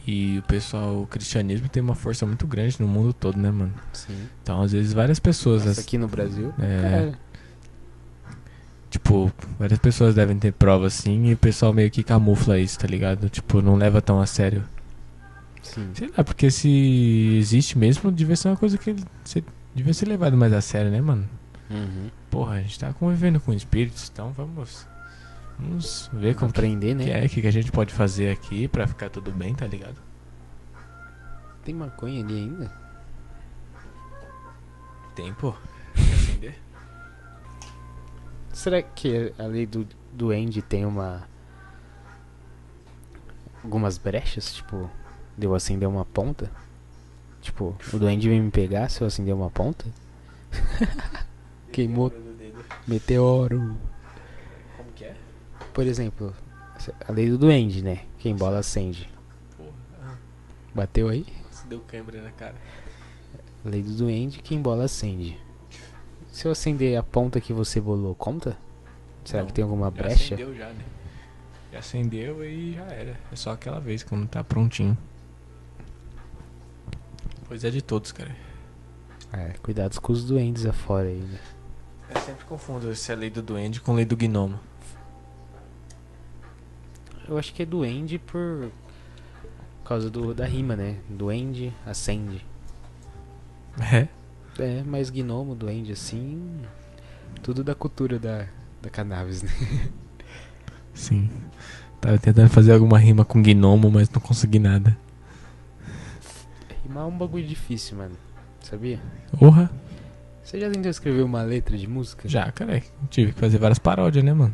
[SPEAKER 1] E o pessoal, o cristianismo tem uma força muito grande no mundo todo, né, mano?
[SPEAKER 2] Sim.
[SPEAKER 1] Então, às vezes, várias pessoas, as-
[SPEAKER 2] aqui no Brasil,
[SPEAKER 1] É.
[SPEAKER 2] cara,
[SPEAKER 1] tipo, várias pessoas devem ter prova assim e o pessoal meio que camufla isso, tá ligado? Tipo, não leva tão a sério.
[SPEAKER 2] sim.
[SPEAKER 1] Sei lá, porque se existe mesmo, devia ser uma coisa que você devia ser levado mais a sério, né, mano?
[SPEAKER 2] Uhum.
[SPEAKER 1] Porra, a gente tá convivendo com espíritos, então vamos. Vamos ver como que,
[SPEAKER 2] Compreender, né?
[SPEAKER 1] que é, o que, que a gente pode fazer aqui pra ficar tudo bem, tá ligado? é.
[SPEAKER 2] Tem maconha ali ainda?
[SPEAKER 1] Tempo. Acender?
[SPEAKER 2] Será que a lei do duende tem uma. algumas brechas? Tipo, de eu acender uma ponta? Tipo, o duende vem me pegar se eu acender uma ponta? Queimou. Meteoro.
[SPEAKER 1] Como que é?
[SPEAKER 2] Por exemplo, a lei do duende, né? Quem bola acende.
[SPEAKER 1] Porra.
[SPEAKER 2] Bateu aí?
[SPEAKER 1] Se deu câimbra na cara.
[SPEAKER 2] A lei do duende, quem bola acende. Se eu acender a ponta que você bolou, conta? Será
[SPEAKER 1] Não,
[SPEAKER 2] que tem alguma
[SPEAKER 1] Já
[SPEAKER 2] brecha?
[SPEAKER 1] acendeu já, né? Já acendeu e já era. É só aquela vez quando tá prontinho. Pois é de todos, cara.
[SPEAKER 2] É, cuidados com os duendes afora aí, né?
[SPEAKER 1] Eu sempre confundo se é lei do duende com lei do gnomo.
[SPEAKER 2] Eu acho que é duende por causa do, da rima, né? Duende, acende.
[SPEAKER 1] É?
[SPEAKER 2] É, mas gnomo, duende, assim. Tudo da cultura da, da cannabis, né?
[SPEAKER 1] Sim. Tava tentando fazer alguma rima com gnomo, mas não consegui nada.
[SPEAKER 2] Rimar é um bagulho difícil, mano. Sabia?
[SPEAKER 1] Porra!
[SPEAKER 2] Você já tentou escrever uma letra de música?
[SPEAKER 1] Já, cara. Tive que fazer várias paródias, né, mano?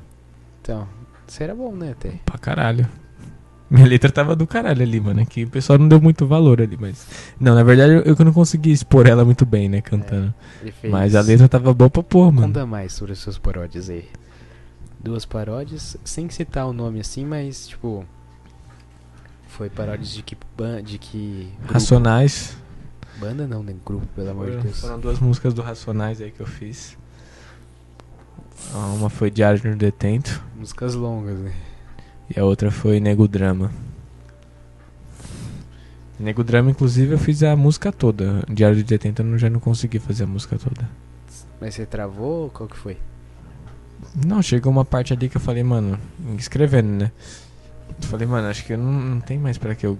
[SPEAKER 2] Então, isso era bom, né, até?
[SPEAKER 1] Pra caralho. Minha letra tava do caralho ali, mano. É Que o pessoal não deu muito valor ali, mas. Não, na verdade eu, eu que não consegui expor ela muito bem, né, cantando.
[SPEAKER 2] Ele É, fez.
[SPEAKER 1] Mas a letra tava boa pra pôr, mano.
[SPEAKER 2] Conta mais sobre as suas paródias aí. Duas paródias, sem citar o nome assim, mas, tipo. Foi paródias de que. ban- De que grupo?
[SPEAKER 1] Racionais.
[SPEAKER 2] Banda não, né? Grupo, pelo amor de
[SPEAKER 1] Foram,
[SPEAKER 2] Deus.
[SPEAKER 1] foram duas músicas do Racionais aí que eu fiz. Ah, Uma foi Diário de um Detento
[SPEAKER 2] Músicas longas, né?
[SPEAKER 1] e a outra foi Nego Drama. Nego Drama, inclusive, eu fiz a música toda. Diário de um Detento eu não- já não consegui fazer a música toda.
[SPEAKER 2] Mas você travou? Qual que foi?
[SPEAKER 1] Não, chegou uma parte ali que eu falei, mano, escrevendo, né? Eu falei, mano, acho que eu não, não tem mais pra que eu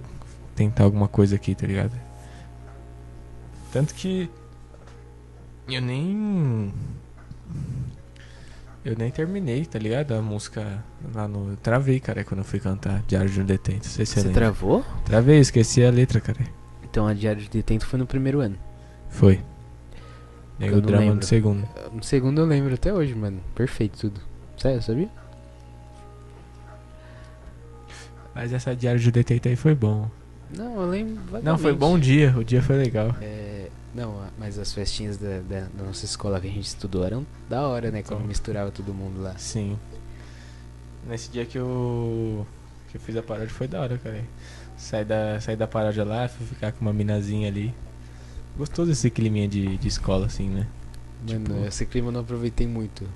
[SPEAKER 1] tentar alguma coisa aqui, tá ligado? Tanto que eu nem eu nem terminei, tá ligado? A música lá no eu travei, cara, quando eu fui cantar Diário de um Detento. Você se
[SPEAKER 2] Você
[SPEAKER 1] lembra?
[SPEAKER 2] travou?
[SPEAKER 1] Travei, esqueci a letra, cara.
[SPEAKER 2] Então a Diário de Detento foi no primeiro ano.
[SPEAKER 1] Foi.
[SPEAKER 2] Eu
[SPEAKER 1] Nego
[SPEAKER 2] não
[SPEAKER 1] drama
[SPEAKER 2] lembro.
[SPEAKER 1] do segundo.
[SPEAKER 2] No segundo eu lembro até hoje, mano. Perfeito tudo. Sério, sabia?
[SPEAKER 1] Mas essa Diário de um Detento aí foi bom.
[SPEAKER 2] Não, eu lembro. Vagamente.
[SPEAKER 1] Não, foi bom dia, o dia foi legal.
[SPEAKER 2] É, não, a- mas as festinhas da, da- da nossa escola que a gente estudou eram da hora, né? Quando
[SPEAKER 1] Então.
[SPEAKER 2] misturava todo mundo lá.
[SPEAKER 1] Sim. Nesse dia que eu. que eu fiz a paródia foi da hora, cara. Saí da, saí da paródia lá, fui ficar com uma minazinha ali. Gostoso esse climinha de, de escola, assim, né?
[SPEAKER 2] Mano,
[SPEAKER 1] Tipo-
[SPEAKER 2] esse clima eu não aproveitei muito.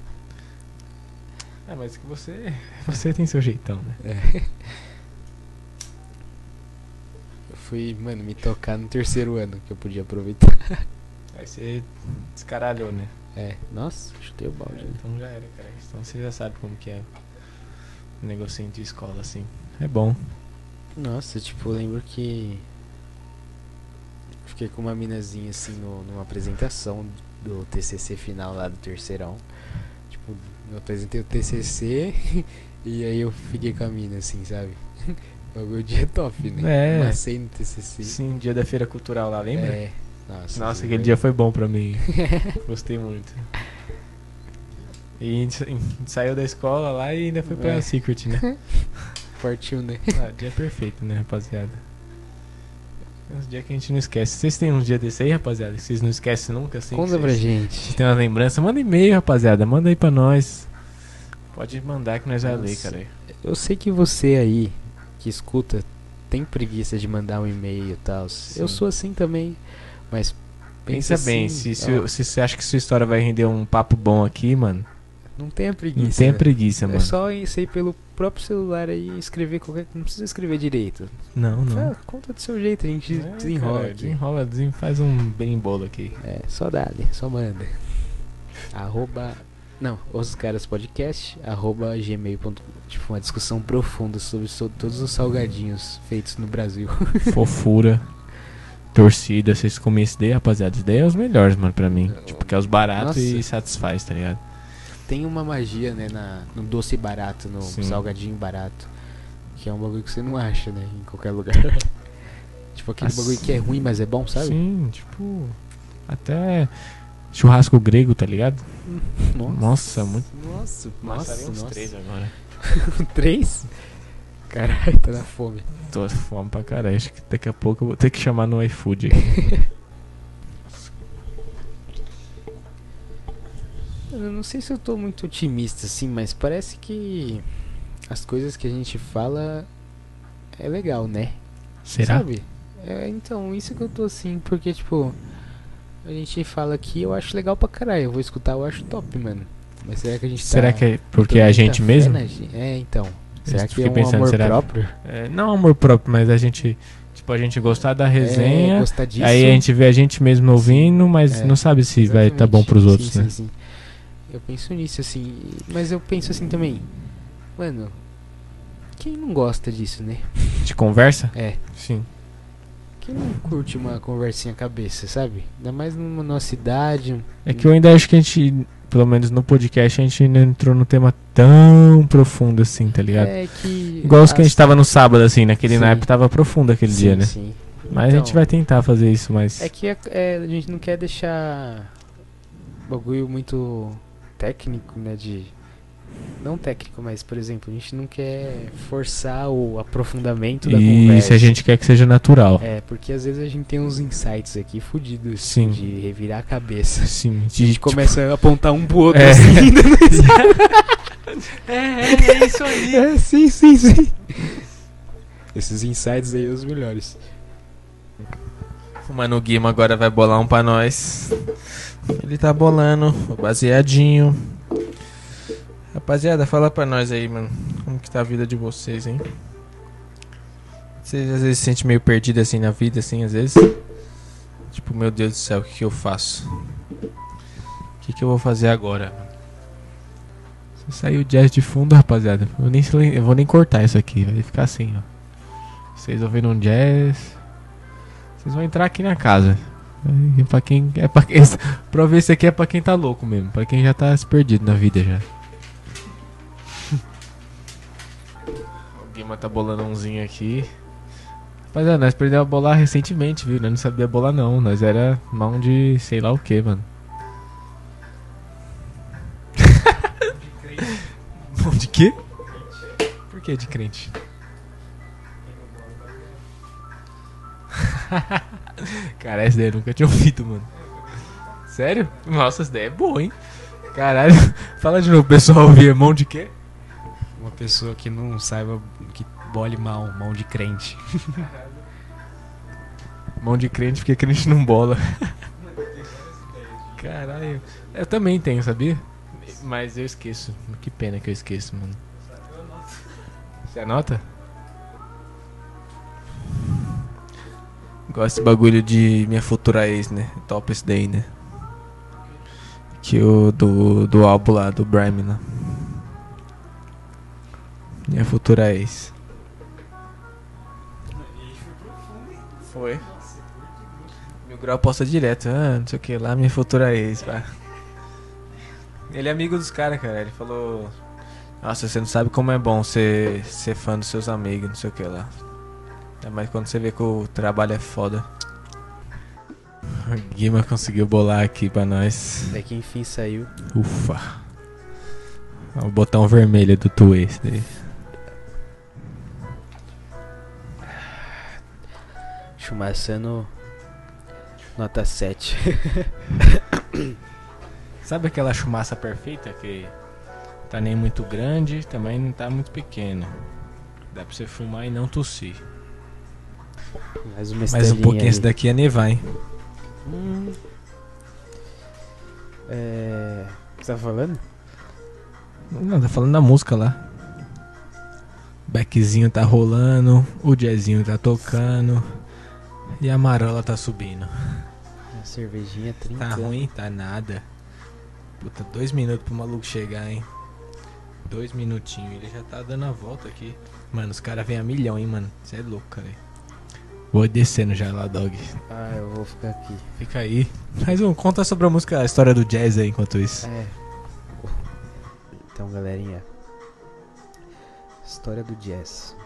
[SPEAKER 1] Ah, mas que você. Você tem seu jeitão, né?
[SPEAKER 2] Eu fui, mano, me tocar no terceiro ano que eu podia aproveitar.
[SPEAKER 1] Aí você descaralhou, né?
[SPEAKER 2] É, nossa, chutei o balde.
[SPEAKER 1] Então já era, cara. Então você já sabe como que é o negocinho de escola, assim. É bom.
[SPEAKER 2] Nossa, tipo, eu lembro que. Fiquei com uma minazinha assim no- numa apresentação do TCC final lá do terceirão. Tipo, eu apresentei o TCC e aí eu fiquei com a mina assim, sabe? O dia é top, né?
[SPEAKER 1] É.
[SPEAKER 2] Passei no TCC.
[SPEAKER 1] Sim, dia da feira cultural lá, lembra?
[SPEAKER 2] É. Nossa,
[SPEAKER 1] Nossa,
[SPEAKER 2] sim,
[SPEAKER 1] aquele
[SPEAKER 2] velho.
[SPEAKER 1] dia foi bom pra mim. Gostei muito. E a gente sa- saiu da escola lá e ainda foi pra
[SPEAKER 2] É.
[SPEAKER 1] Secret, né?
[SPEAKER 2] Partiu, né?
[SPEAKER 1] Ah, dia perfeito, né, rapaziada? É uns dias que a gente não esquece. Vocês têm uns dias desse aí, rapaziada? Que vocês não esquecem nunca, assim? que
[SPEAKER 2] Conta pra
[SPEAKER 1] vocês-
[SPEAKER 2] gente.
[SPEAKER 1] Tem uma lembrança? Manda e-mail, rapaziada. Manda aí pra nós. Pode mandar que nós vai ler,
[SPEAKER 2] Nossa.
[SPEAKER 1] cara.
[SPEAKER 2] Eu sei que você aí, que escuta, tem preguiça de mandar um e-mail e tal. Eu
[SPEAKER 1] Sim.
[SPEAKER 2] sou assim também, mas
[SPEAKER 1] Pensa,
[SPEAKER 2] pensa
[SPEAKER 1] bem,
[SPEAKER 2] assim,
[SPEAKER 1] se, se,
[SPEAKER 2] ó,
[SPEAKER 1] se você acha que sua história vai render um papo bom aqui, mano,
[SPEAKER 2] não tenha preguiça.
[SPEAKER 1] não tenha
[SPEAKER 2] né?
[SPEAKER 1] preguiça, mano.
[SPEAKER 2] É só isso aí pelo próprio celular aí e escrever qualquer. Não precisa escrever direito.
[SPEAKER 1] Não, não.
[SPEAKER 2] Ah, conta do seu jeito, a gente
[SPEAKER 1] É,
[SPEAKER 2] desenrola.
[SPEAKER 1] cara,
[SPEAKER 2] aqui.
[SPEAKER 1] desenrola, desen- faz um bem bolo aqui.
[SPEAKER 2] É, só dá-lhe, só manda. Arroba. Não, os caras podcast, arroba gmail.com. Tipo, uma discussão profunda sobre so- todos os salgadinhos feitos no Brasil.
[SPEAKER 1] Fofura. Torcida, vocês comem esse daí, rapaziada. Esse daí é os melhores, mano, pra mim. Tipo, que é os baratos e
[SPEAKER 2] Nossa.
[SPEAKER 1] satisfaz, tá ligado?
[SPEAKER 2] Tem uma magia, né, na, no doce barato, no
[SPEAKER 1] Sim.
[SPEAKER 2] salgadinho barato. Que é um bagulho que você não acha, né, em qualquer lugar. tipo, aquele
[SPEAKER 1] Assim.
[SPEAKER 2] bagulho que é ruim, mas é bom, sabe?
[SPEAKER 1] Sim, tipo. Até churrasco grego, tá ligado? Nossa, muito.
[SPEAKER 2] Nossa, nossa, nossa. Três?
[SPEAKER 1] agora.
[SPEAKER 2] Caralho, tá na fome.
[SPEAKER 1] Tô com fome pra caralho. Acho que daqui a pouco eu vou ter que chamar no iFood aqui.
[SPEAKER 2] Eu não sei se eu tô muito otimista, assim, mas parece que as coisas que a gente fala é legal, né?
[SPEAKER 1] Será?
[SPEAKER 2] Sabe? É, então, isso que eu tô assim, porque, tipo, a gente fala aqui, eu acho legal pra caralho, eu vou escutar, eu acho top, mano. Mas será que a gente
[SPEAKER 1] Será
[SPEAKER 2] tá...
[SPEAKER 1] que é porque é a
[SPEAKER 2] botando
[SPEAKER 1] gente
[SPEAKER 2] muita fé
[SPEAKER 1] mesmo?
[SPEAKER 2] na gen- É, então. Será que
[SPEAKER 1] fiquei
[SPEAKER 2] é um
[SPEAKER 1] pensando,
[SPEAKER 2] amor
[SPEAKER 1] será?
[SPEAKER 2] próprio?
[SPEAKER 1] É, não amor próprio, mas a gente. Tipo, a gente gostar da
[SPEAKER 2] é,
[SPEAKER 1] resenha.
[SPEAKER 2] gostar disso?
[SPEAKER 1] Aí a gente vê a gente mesmo ouvindo, mas
[SPEAKER 2] É,
[SPEAKER 1] não sabe se vai tá bom
[SPEAKER 2] Exatamente.
[SPEAKER 1] pros outros,
[SPEAKER 2] Sim,
[SPEAKER 1] né?
[SPEAKER 2] sim, sim. Eu penso nisso, assim. Mas eu penso assim também. Mano, quem não gosta disso, né?
[SPEAKER 1] De conversa?
[SPEAKER 2] É.
[SPEAKER 1] Sim.
[SPEAKER 2] Quem não curte uma conversinha cabeça, sabe? Ainda mais numa nossa idade.
[SPEAKER 1] É que eu ainda acho que a gente, pelo menos no podcast, a gente ainda entrou num tema tão profundo assim, tá ligado?
[SPEAKER 2] É que.
[SPEAKER 1] Igual os que a
[SPEAKER 2] as-
[SPEAKER 1] gente tava no sábado, assim, naquele
[SPEAKER 2] Sim.
[SPEAKER 1] naipe tava profundo aquele
[SPEAKER 2] Sim,
[SPEAKER 1] dia, né?
[SPEAKER 2] Sim.
[SPEAKER 1] Mas a gente
[SPEAKER 2] Então.
[SPEAKER 1] vai tentar fazer isso, mas.
[SPEAKER 2] É que é- é, a gente não quer deixar bagulho muito técnico, né? De. Não técnico, mas, por exemplo, a gente não quer forçar o aprofundamento da
[SPEAKER 1] e
[SPEAKER 2] é conversa.
[SPEAKER 1] se a gente quer que seja natural.
[SPEAKER 2] É, porque às vezes a gente tem uns insights aqui fudidos
[SPEAKER 1] Sim.
[SPEAKER 2] de revirar a cabeça.
[SPEAKER 1] Sim,
[SPEAKER 2] A
[SPEAKER 1] de, tipo,
[SPEAKER 2] gente começa a apontar um pro outro
[SPEAKER 1] É.
[SPEAKER 2] assim.
[SPEAKER 1] É, é, isso aí.
[SPEAKER 2] É, sim, sim, sim. Esses insights aí são os melhores.
[SPEAKER 1] O Mano Guima agora vai bolar um pra nós. Ele tá bolando, o baseadinho. Rapaziada, fala pra nós aí, mano. Como que tá a vida de vocês, hein? Vocês às vezes se sentem meio perdido assim na vida, assim, às vezes? Tipo, meu Deus do céu, o que que eu faço? O que que eu vou fazer agora? Você saiu o jazz de fundo, rapaziada. Eu, nem, silen- eu vou nem cortar isso aqui, vai ficar assim, ó. Vocês ouvindo um jazz... Vocês vão entrar aqui na casa. É pra quem. É pra quem. pra ver se aqui é pra quem tá louco mesmo. Pra quem já tá se perdido na vida já. o Guima tá bolando umzinho aqui. Rapaziada, nós perdemos a bolar recentemente, viu? Nós não sabia bolar não. Nós era mão de sei lá o que, mano. mão de quê? Por que de crente? Cara, essa daí eu nunca tinha ouvido, mano. Sério? Nossa, essa daí é boa, hein? Caralho, fala de novo, pessoal, ouvir é mão de quê?
[SPEAKER 3] Uma pessoa que não saiba que bole mal, mão de crente.
[SPEAKER 1] Mão de crente, porque crente não bola. Caralho, eu também tenho, sabia? Mas eu esqueço. Que pena que eu esqueço, mano. Você anota? Gosto desse bagulho de minha futura ex, né? Top esse daí, né? Que o do, do álbum lá, do Brime, né? Minha futura ex. Foi. Mil Grau posta direto. Ah, não sei o que lá, minha futura ex, pá. Ele é amigo dos caras, cara. Ele falou. Nossa, você não sabe como é bom ser, ser fã dos seus amigos, não sei o que lá. Ainda mais quando você vê que o trabalho é foda. O Guima conseguiu bolar aqui pra nós.
[SPEAKER 2] Até É que enfim saiu.
[SPEAKER 1] Ufa. O botão vermelho do Twist aí.
[SPEAKER 2] Schumacher sendo nota 7.
[SPEAKER 1] Sabe aquela chumaça perfeita que tá nem muito grande, também não tá muito pequena. Dá pra você fumar e não tossir.
[SPEAKER 2] Mais uma
[SPEAKER 1] Mas um
[SPEAKER 2] estrelinha
[SPEAKER 1] pouquinho
[SPEAKER 2] aí.
[SPEAKER 1] esse daqui é nevar, hein?
[SPEAKER 2] Hum. É... O que você tá falando?
[SPEAKER 1] Não, tá falando da música lá. O Beckzinho tá rolando, o jazzinho tá tocando e a marola tá subindo.
[SPEAKER 2] Uma cervejinha 30.
[SPEAKER 1] Tá ruim? Tá nada. Puta, dois minutos pro maluco chegar, hein? Dois minutinhos, ele já tá dando a volta aqui. Mano, os caras vêm a milhão, hein, mano? Você é louco, cara. Vou descendo já lá, dog.
[SPEAKER 2] Ah, eu vou ficar aqui.
[SPEAKER 1] Fica aí. Mais um, conta sobre a música, a história do jazz aí enquanto isso.
[SPEAKER 2] É. Então, galerinha. História do jazz.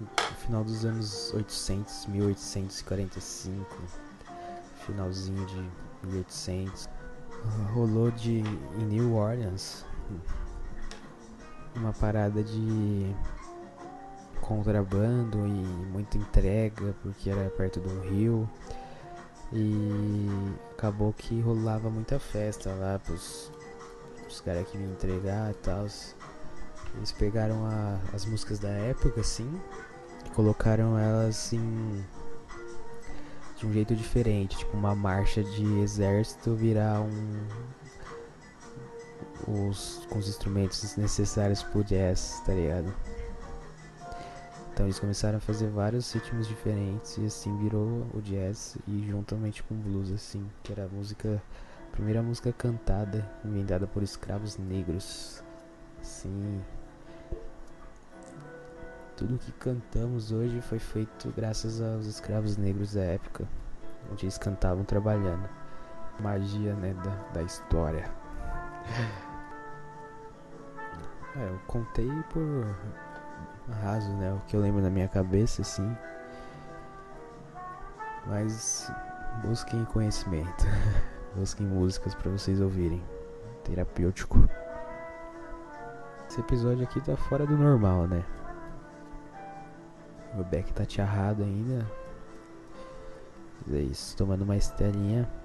[SPEAKER 2] No final dos anos 800, 1845, finalzinho de 1800, rolou de em New Orleans uma parada de contrabando e muita entrega, porque era perto de um rio. E acabou que rolava muita festa lá pros, pros caras que vinham entregar e tal. Eles pegaram a- as músicas da época, assim, e colocaram elas em. de um jeito diferente, tipo uma marcha de exército virar um. Os, com os instrumentos necessários pro jazz, tá ligado? Então eles começaram a fazer vários ritmos diferentes e assim virou o jazz e juntamente com o blues assim, que era a música a primeira música cantada inventada por escravos negros. Sim. Tudo que cantamos hoje foi feito graças aos escravos negros da época, onde eles cantavam trabalhando. Magia, né, da, da história. É, eu contei por raso, né? O que eu lembro na minha cabeça, assim. Mas busquem conhecimento. busquem músicas pra vocês ouvirem. Terapêutico. Esse episódio aqui tá fora do normal, né? Meu back tá tiarrado ainda. Mas é isso, tomando uma estelinha.